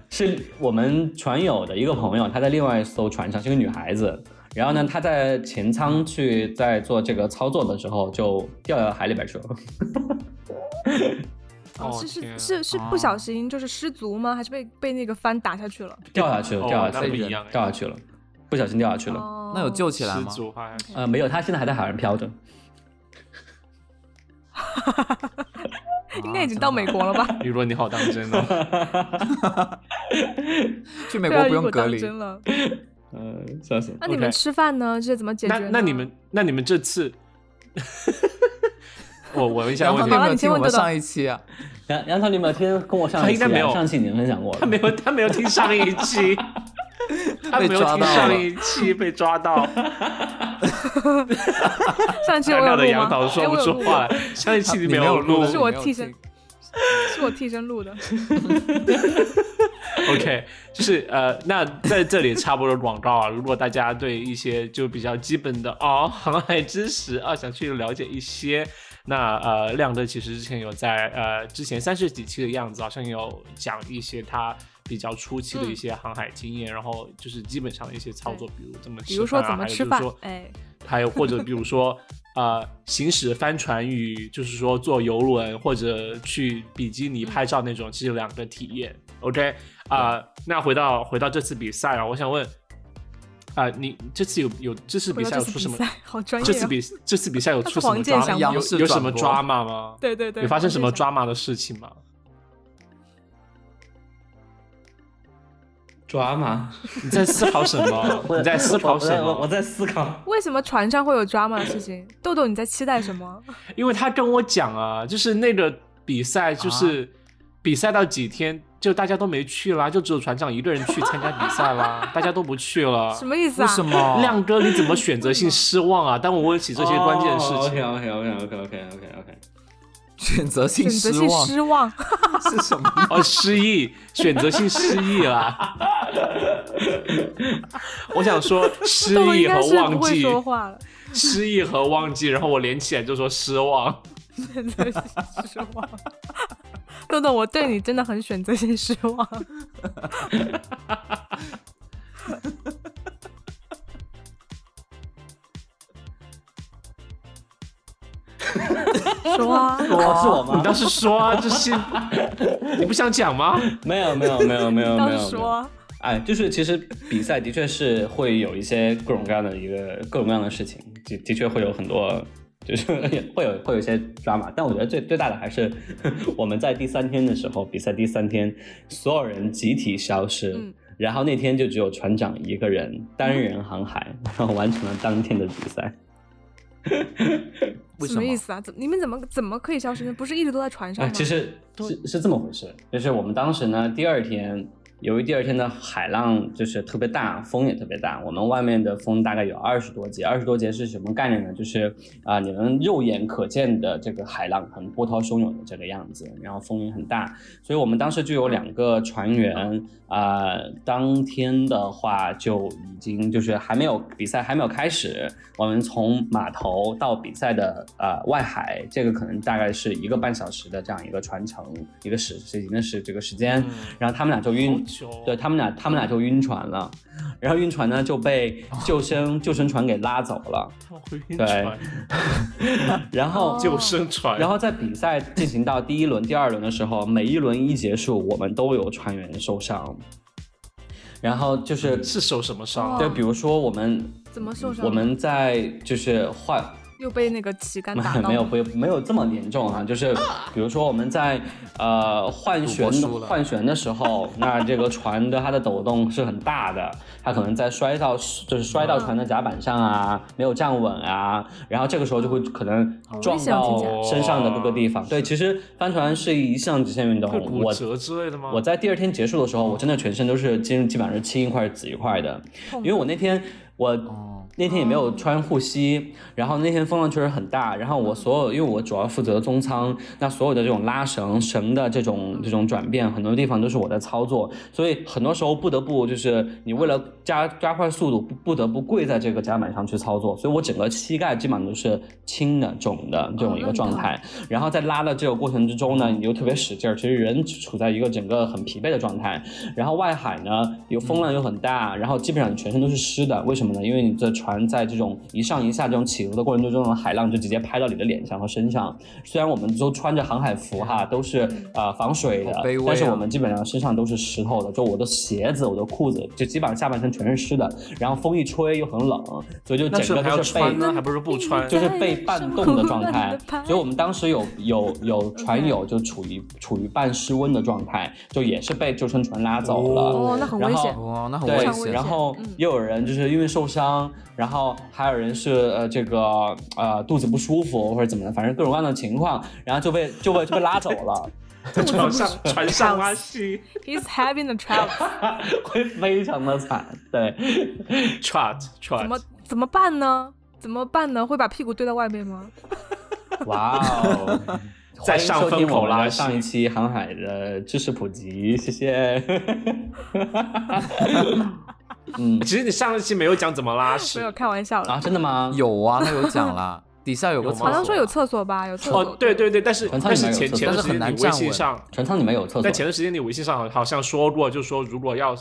[SPEAKER 4] 是我们船友的一个朋友，她在另外一艘船上，是个女孩子。然后呢，她在前舱去在做这个操作的时候，就掉到海里边去了。
[SPEAKER 3] 哦，
[SPEAKER 1] 哦
[SPEAKER 3] 是
[SPEAKER 1] 天啊
[SPEAKER 3] 是是是不小心就是失足吗？还是被被那个帆打下去了？
[SPEAKER 4] 掉下去了，
[SPEAKER 1] 哦
[SPEAKER 4] 掉下
[SPEAKER 1] 那
[SPEAKER 4] 去
[SPEAKER 1] 不一
[SPEAKER 4] 了，
[SPEAKER 1] 样哎
[SPEAKER 4] 掉下去了，不小心掉下去了。
[SPEAKER 3] 哦，
[SPEAKER 2] 那有救起来
[SPEAKER 1] 失
[SPEAKER 2] 吗？
[SPEAKER 1] 足滑下去
[SPEAKER 4] 呃，没有，她现在还在海上漂着。
[SPEAKER 3] 应该
[SPEAKER 2] 啊
[SPEAKER 3] 已经到美，国 了吧？
[SPEAKER 1] 雨落，你好当真 哦！
[SPEAKER 2] 真 的去美国
[SPEAKER 3] 对啊，
[SPEAKER 2] 不
[SPEAKER 3] 如
[SPEAKER 2] 用
[SPEAKER 3] 果
[SPEAKER 2] 隔
[SPEAKER 3] 当
[SPEAKER 2] 离，
[SPEAKER 3] 真了。
[SPEAKER 1] 呃
[SPEAKER 4] 嗯、笑死。
[SPEAKER 3] 那你们
[SPEAKER 1] OK
[SPEAKER 3] 吃饭呢？这怎么解决
[SPEAKER 1] 那
[SPEAKER 3] 呢？
[SPEAKER 1] 那你们那你们这次， 我我问一下
[SPEAKER 2] 然后
[SPEAKER 1] 问
[SPEAKER 2] 你
[SPEAKER 1] 题
[SPEAKER 2] 有，没
[SPEAKER 3] 好了
[SPEAKER 2] 有
[SPEAKER 3] 你
[SPEAKER 2] 听
[SPEAKER 3] 先
[SPEAKER 2] 我
[SPEAKER 3] 问
[SPEAKER 2] 们
[SPEAKER 3] 豆豆
[SPEAKER 2] 上一期啊？
[SPEAKER 4] 杨杨涛，你有没有听跟我上
[SPEAKER 1] 他
[SPEAKER 4] 一
[SPEAKER 1] 应
[SPEAKER 4] 期、
[SPEAKER 1] 该
[SPEAKER 4] 啊？
[SPEAKER 1] 没有
[SPEAKER 4] 上一期已经分享过了。
[SPEAKER 1] 他没有他没有听上一 期，他没有听上一期被抓到。
[SPEAKER 3] 上一期我
[SPEAKER 1] 尴
[SPEAKER 3] 有
[SPEAKER 1] 尬的
[SPEAKER 3] 录
[SPEAKER 1] 杨
[SPEAKER 3] 吗？
[SPEAKER 1] 导
[SPEAKER 3] 哎
[SPEAKER 1] 说
[SPEAKER 3] 我
[SPEAKER 1] 不
[SPEAKER 3] 有
[SPEAKER 1] 出
[SPEAKER 3] 录
[SPEAKER 1] 话
[SPEAKER 3] 吗，
[SPEAKER 1] 来，上一期
[SPEAKER 2] 你
[SPEAKER 1] 没
[SPEAKER 2] 没有
[SPEAKER 1] 录
[SPEAKER 2] 录，
[SPEAKER 3] 是我
[SPEAKER 2] 你没 有
[SPEAKER 3] 替身
[SPEAKER 2] 听
[SPEAKER 3] 是我替身录的。
[SPEAKER 1] OK，就是呃，那在这里插播个广告啊，如果大家对一些就比较基本的哦航海知识啊想去了解一些，那呃亮哥其实之前有在呃之前三十几期的样子，好像有讲一些他。比较初期的
[SPEAKER 3] 嗯
[SPEAKER 1] 一些航海经验，然后就是基本上的一些操作，比如怎么
[SPEAKER 3] 比
[SPEAKER 1] 吃
[SPEAKER 3] 如说
[SPEAKER 1] 饭啊，
[SPEAKER 3] 怎么
[SPEAKER 1] 还有
[SPEAKER 3] 吃
[SPEAKER 1] 就是
[SPEAKER 3] 饭
[SPEAKER 1] 说，
[SPEAKER 3] 哎，
[SPEAKER 1] 还有或者比如说呃，行驶帆船与就是说坐游轮或者去比基尼拍照那种，其实有两个体验。OK 啊、那回到回到这次比赛啊，我想问啊、你这次有有这次
[SPEAKER 3] 不
[SPEAKER 1] 比
[SPEAKER 3] 知
[SPEAKER 1] 赛
[SPEAKER 3] 道
[SPEAKER 1] 有
[SPEAKER 3] 这
[SPEAKER 1] 出
[SPEAKER 3] 次
[SPEAKER 1] 什
[SPEAKER 3] 比
[SPEAKER 1] 么？
[SPEAKER 3] 赛好专
[SPEAKER 1] 这
[SPEAKER 3] 业
[SPEAKER 1] 次
[SPEAKER 3] 哦。
[SPEAKER 1] 比这次比赛有
[SPEAKER 3] 他是
[SPEAKER 1] 出什么
[SPEAKER 3] 黄健
[SPEAKER 1] 抓
[SPEAKER 3] 翔
[SPEAKER 1] 有
[SPEAKER 2] 央视
[SPEAKER 1] 有什么
[SPEAKER 2] 转播
[SPEAKER 1] 抓马吗？
[SPEAKER 3] 对对对，
[SPEAKER 1] 有发生什么
[SPEAKER 3] 黄健翔
[SPEAKER 1] 抓马的事情吗？
[SPEAKER 4] 抓吗？
[SPEAKER 1] 你在思考什么？ 你在思考什
[SPEAKER 4] 我我我
[SPEAKER 1] 么？
[SPEAKER 4] 在思考。
[SPEAKER 3] 为什么船上会有 drama 的事情？豆豆，你在期待什么？
[SPEAKER 1] 因为他跟我讲啊，就是那个比赛，就是
[SPEAKER 3] 啊
[SPEAKER 1] 比赛到几天，就大家都没去啦，就只有船长一个人去参加比赛 啦，大家都不去了。
[SPEAKER 3] 什么意思
[SPEAKER 2] 为
[SPEAKER 3] 啊？
[SPEAKER 2] 什 么？
[SPEAKER 1] 亮哥，你怎么选择性失望啊？当我问起这些关键的事情
[SPEAKER 4] OK OK OK OK OK OK。
[SPEAKER 2] 选择性
[SPEAKER 3] 选
[SPEAKER 2] 失
[SPEAKER 3] 择性
[SPEAKER 2] 望
[SPEAKER 3] 失望，
[SPEAKER 2] 是什么？
[SPEAKER 1] 哦，失忆，选择性失忆 啦。我想说，失
[SPEAKER 3] 豆豆应
[SPEAKER 1] 忆
[SPEAKER 3] 该
[SPEAKER 1] 和
[SPEAKER 3] 是不
[SPEAKER 1] 忘
[SPEAKER 3] 会
[SPEAKER 1] 记，
[SPEAKER 3] 说话了。
[SPEAKER 1] 失忆和忘记，然后我连起来就说失
[SPEAKER 3] 啊
[SPEAKER 1] 望。
[SPEAKER 3] 选择性失望，豆豆，我对你真的很选择性失望。 说啊，
[SPEAKER 4] 哦，是我
[SPEAKER 1] 你
[SPEAKER 4] 吗？
[SPEAKER 1] 当时说啊，这 是你不想讲吗？
[SPEAKER 4] 没有没有没有没有
[SPEAKER 3] 当
[SPEAKER 4] 没
[SPEAKER 3] 时
[SPEAKER 4] 有。
[SPEAKER 3] 说啊，
[SPEAKER 4] 哎，就是其实比赛的确是会有一些各种各样的一个各种各样的事情，的的确会有很多，就是 会有会有一些抓马。但我觉得最最大的还是我们在第三天的时候，比赛第三天，所有人集体消失。
[SPEAKER 3] 嗯
[SPEAKER 4] 然后那天就只有船长一个人单人航海，然后完成了当天的比赛。
[SPEAKER 2] 为
[SPEAKER 3] 什
[SPEAKER 2] 什
[SPEAKER 3] 么
[SPEAKER 2] 么
[SPEAKER 3] 意思啊？怎么你们怎么怎么可以消失呢？不是一直都在船上
[SPEAKER 4] 啊，
[SPEAKER 3] 吗？
[SPEAKER 4] 其实是是这么回事，就是我们当时呢，第二天由于第二天的海浪就是特别大，风也特别大，我们外面的风大概有二十多节，二十多节是什么概念呢？就是啊、你们肉眼可见的这个海浪很波涛汹涌的这个样子，然后风也很大，所以我们当时就有两个船员啊、当天的话就已经就是还没有比赛还没有开始，我们从码头到比赛的呃外海，这个可能大概是一个半小时的这样一个船程，一个时时间的时这个时间，然后他们俩就晕，
[SPEAKER 1] 久
[SPEAKER 4] 对他们俩他们俩就晕船了，然后晕船呢就被救生救生船给拉走了，
[SPEAKER 1] 他们会晕
[SPEAKER 4] 对
[SPEAKER 1] 船，
[SPEAKER 4] 然后
[SPEAKER 3] 哦
[SPEAKER 1] 救生船，
[SPEAKER 4] 然后在比赛进行到第一轮、第二轮的时候，每一轮一结束，我们都有船员受伤。然后就是，
[SPEAKER 1] 是受什么伤？
[SPEAKER 4] 就比如说我们
[SPEAKER 3] 怎么受伤了？
[SPEAKER 4] 我们在就是换
[SPEAKER 3] 又被那个旗杆打到了，
[SPEAKER 4] 没有不没有这么严重啊，就是比如说我们在呃换旋
[SPEAKER 2] 赌博输了
[SPEAKER 4] 换旋的时候，那这个船的它的抖动是很大的，它可能在摔到就是摔到船的甲板上啊，没有站稳啊，然后这个时候就会可能
[SPEAKER 3] 好危
[SPEAKER 4] 撞
[SPEAKER 3] 险听
[SPEAKER 4] 到
[SPEAKER 3] 起来
[SPEAKER 4] 身上的各个地方。对，其实帆船是一项极限运动
[SPEAKER 1] 会，骨
[SPEAKER 4] 我
[SPEAKER 1] 折之类的吗？
[SPEAKER 4] 我在第二天结束的时候，我真的全身都是基基本上是青一块紫一块的，
[SPEAKER 3] 痛，
[SPEAKER 4] 因为我那天我那天也没有穿护膝，然后那天风浪确实很大，然后我所有因为我主要负责中仓，那所有的这种拉绳绳的这种这种转变，很多地方都是我在操作，所以很多时候不得不就是你为了加加快速度，不不得不跪在这个甲板上去操作，所以我整个膝盖基本上都是青的肿的这种一个状态，然后在拉的这个过程之中呢，你又特别使劲儿，其实人处在一个整个很疲惫的状态。然后外海呢，有风浪又很大，然后基本上你全身都是湿的。为什么呢？因为你的船在这种一上一下这种起伏的过程之中，海浪就直接拍到你的脸上和身上。虽然我们都穿着航海服哈，都是呃防水的
[SPEAKER 2] 好卑微啊，
[SPEAKER 4] 但是我们基本上身上都是湿透的，就我的鞋子、我的裤子，就基本上下半身全是湿的。然后风一吹又很冷，所以就
[SPEAKER 1] 那时
[SPEAKER 4] 整
[SPEAKER 1] 候
[SPEAKER 4] 个
[SPEAKER 1] 还要
[SPEAKER 4] 都是被
[SPEAKER 1] 穿呢，还不是不穿？
[SPEAKER 4] 就是被半冻的状态 所以我们当时有有有船友就处于处于半失温的状态，就也是被救生船拉走了。
[SPEAKER 3] 哦，那很危
[SPEAKER 4] 然 后
[SPEAKER 3] 险。
[SPEAKER 2] 哇，那很
[SPEAKER 4] 对
[SPEAKER 2] 危
[SPEAKER 3] 非常危，
[SPEAKER 2] 险
[SPEAKER 4] 然
[SPEAKER 3] 险。
[SPEAKER 4] 后
[SPEAKER 3] 嗯
[SPEAKER 4] 又有人就是因为受伤，然后还有人是呃这个呃肚子不舒服或者怎么的，反正各种各样的情况，然后就被就被就被拉走了，
[SPEAKER 1] 在船上船上拉稀
[SPEAKER 3] He's having a trial，
[SPEAKER 4] 会非常的惨。对，
[SPEAKER 1] ，trot
[SPEAKER 3] 怎么
[SPEAKER 1] trot，
[SPEAKER 3] 怎么办呢？怎么办呢？会把屁股对到外面吗？
[SPEAKER 4] 哇哦，
[SPEAKER 1] 在上风口拉
[SPEAKER 4] 上一期航海的知识普及，谢谢。嗯
[SPEAKER 1] 其实你上一期没有讲怎么拉
[SPEAKER 3] 没
[SPEAKER 1] 屎
[SPEAKER 3] 有，开玩笑了，
[SPEAKER 4] 啊，真的吗？
[SPEAKER 2] 有啊，他有 讲啦，底下有个
[SPEAKER 1] 有吗
[SPEAKER 2] 厕所，啊
[SPEAKER 3] 好像说有厕所吧，有厕所。
[SPEAKER 1] 哦，对对对，但是
[SPEAKER 4] 船舱
[SPEAKER 1] 但
[SPEAKER 4] 里
[SPEAKER 1] 是
[SPEAKER 4] 面有
[SPEAKER 1] 前
[SPEAKER 4] 厕所
[SPEAKER 1] 前段时间
[SPEAKER 2] 但是很难
[SPEAKER 1] 你微
[SPEAKER 2] 站
[SPEAKER 1] 信
[SPEAKER 2] 稳
[SPEAKER 1] 上，
[SPEAKER 4] 船舱里面有厕所，
[SPEAKER 1] 但前段时间你微信上好好像说过，就说如果要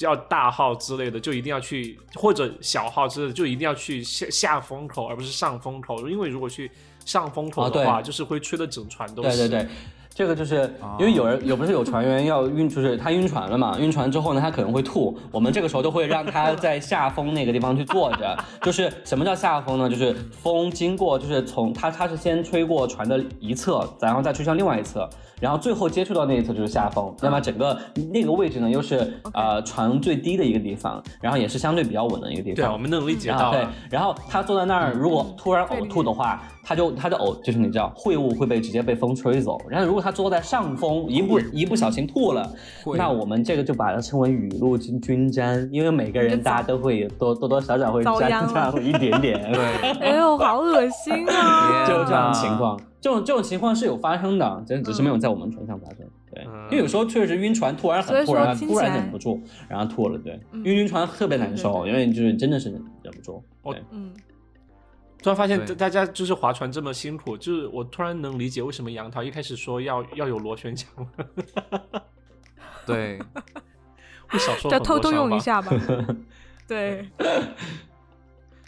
[SPEAKER 1] 要大号之类的，就一定要去或者小号之类的，就一定要去下下风口，而不是上风口，因为如果去上风口
[SPEAKER 4] 哦
[SPEAKER 1] 的
[SPEAKER 4] 对
[SPEAKER 1] 话，就是会吹得整船都
[SPEAKER 4] 对
[SPEAKER 1] 是。
[SPEAKER 4] 对对，这个就是因为有人有不是有船员要晕，就是他晕船了嘛，晕船之后呢，他可能会吐，我们这个时候就会让他在下风那个地方去坐着。就是什么叫下风呢？就是风经过，就是从他他是先吹过船的一侧，然后再吹向另外一侧，然后最后接触到那一侧就是下风。那么整个那个位置呢，又是呃船最低的一个地方，然后也是相对比较稳的一个地
[SPEAKER 1] 对啊，
[SPEAKER 4] 方
[SPEAKER 1] 我。们能理解
[SPEAKER 4] 然
[SPEAKER 1] 到
[SPEAKER 4] 后对
[SPEAKER 1] 啊。，
[SPEAKER 4] 然后他坐在那
[SPEAKER 3] 嗯
[SPEAKER 4] 儿，如果突然呕吐的话，他就他的呕就是你知道，秽物会被直接被风吹走。然后如果他坐在上风，一不一不小心吐了，
[SPEAKER 2] 会
[SPEAKER 4] 那我们这个就把它称为雨露均均沾，因为每个
[SPEAKER 3] 你
[SPEAKER 4] 人
[SPEAKER 3] 就
[SPEAKER 4] 大家都会多多多少少会沾
[SPEAKER 3] 遭殃了
[SPEAKER 4] 沾一点点， 对，
[SPEAKER 3] 哎呦，好恶心啊！
[SPEAKER 4] 就这种
[SPEAKER 2] 呐
[SPEAKER 4] 情况，这种这种情况是有发生的，只只是没
[SPEAKER 3] 嗯
[SPEAKER 4] 有在我们船上发生。对，因为有时候确实晕船，突然
[SPEAKER 3] 所
[SPEAKER 4] 很
[SPEAKER 3] 以
[SPEAKER 4] 突
[SPEAKER 3] 说
[SPEAKER 4] 然
[SPEAKER 3] 听
[SPEAKER 4] 突然
[SPEAKER 3] 起来
[SPEAKER 4] 忍不住，然后吐了，对，
[SPEAKER 3] 嗯
[SPEAKER 4] 因为晕船特别难受，因为就是真的是忍不住。
[SPEAKER 1] 我
[SPEAKER 4] 对
[SPEAKER 3] 嗯，
[SPEAKER 1] 突然发现
[SPEAKER 2] 对
[SPEAKER 1] 大家就是划船这么辛苦，就是我突然能理解为什么杨桃一开始说要 要有螺旋桨了，
[SPEAKER 2] 对，
[SPEAKER 1] 会少说
[SPEAKER 3] 再
[SPEAKER 1] 很
[SPEAKER 3] 偷
[SPEAKER 1] 多
[SPEAKER 3] 偷
[SPEAKER 1] 伤
[SPEAKER 3] 用
[SPEAKER 1] 吧
[SPEAKER 3] 一。下吧。对，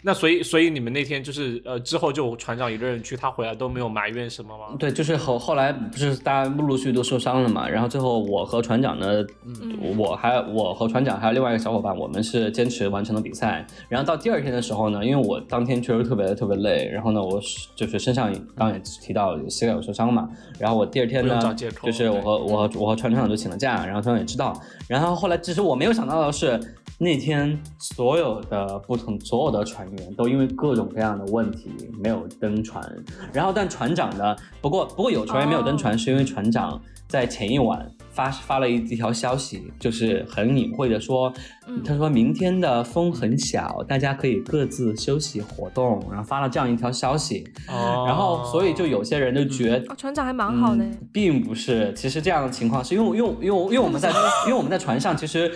[SPEAKER 1] 那所以所以你们那天就是呃之后就船长一个人去，他回来都没有埋怨什么吗？
[SPEAKER 4] 对，就是后后来不是大家陆陆续续都受伤了嘛，然后最后我和船长呢，
[SPEAKER 3] 嗯
[SPEAKER 4] 我还我和船长还有另外一个小伙伴，我们是坚持完成了比赛。然后到第二天的时候呢，因为我当天确实特别特别累，然后呢，我是就是身上刚刚也提到膝盖有受伤嘛，然后我第二天
[SPEAKER 1] 不
[SPEAKER 4] 呢
[SPEAKER 1] 用找借口，
[SPEAKER 4] 就是我和我和我和船长就请了假，然后船长也知道。然后后来只是我没有想到的是，那天所有的不同所有的船员都因为各种各样的问题没有登船，然后但船长呢，不过不过有船员没有登船，是因为船长在前一晚发发了一一条消息，就是很隐晦的说，
[SPEAKER 3] 嗯
[SPEAKER 4] 他说明天的风很小，大家可以各自休息活动，然后发了这样一条消息，
[SPEAKER 1] 哦
[SPEAKER 4] 然后所以就有些人就觉
[SPEAKER 3] 哦，船长还蛮好的。
[SPEAKER 4] 嗯，并不是。其实这样的情况是因为因为因为因为我们在因为我们在船上，其实，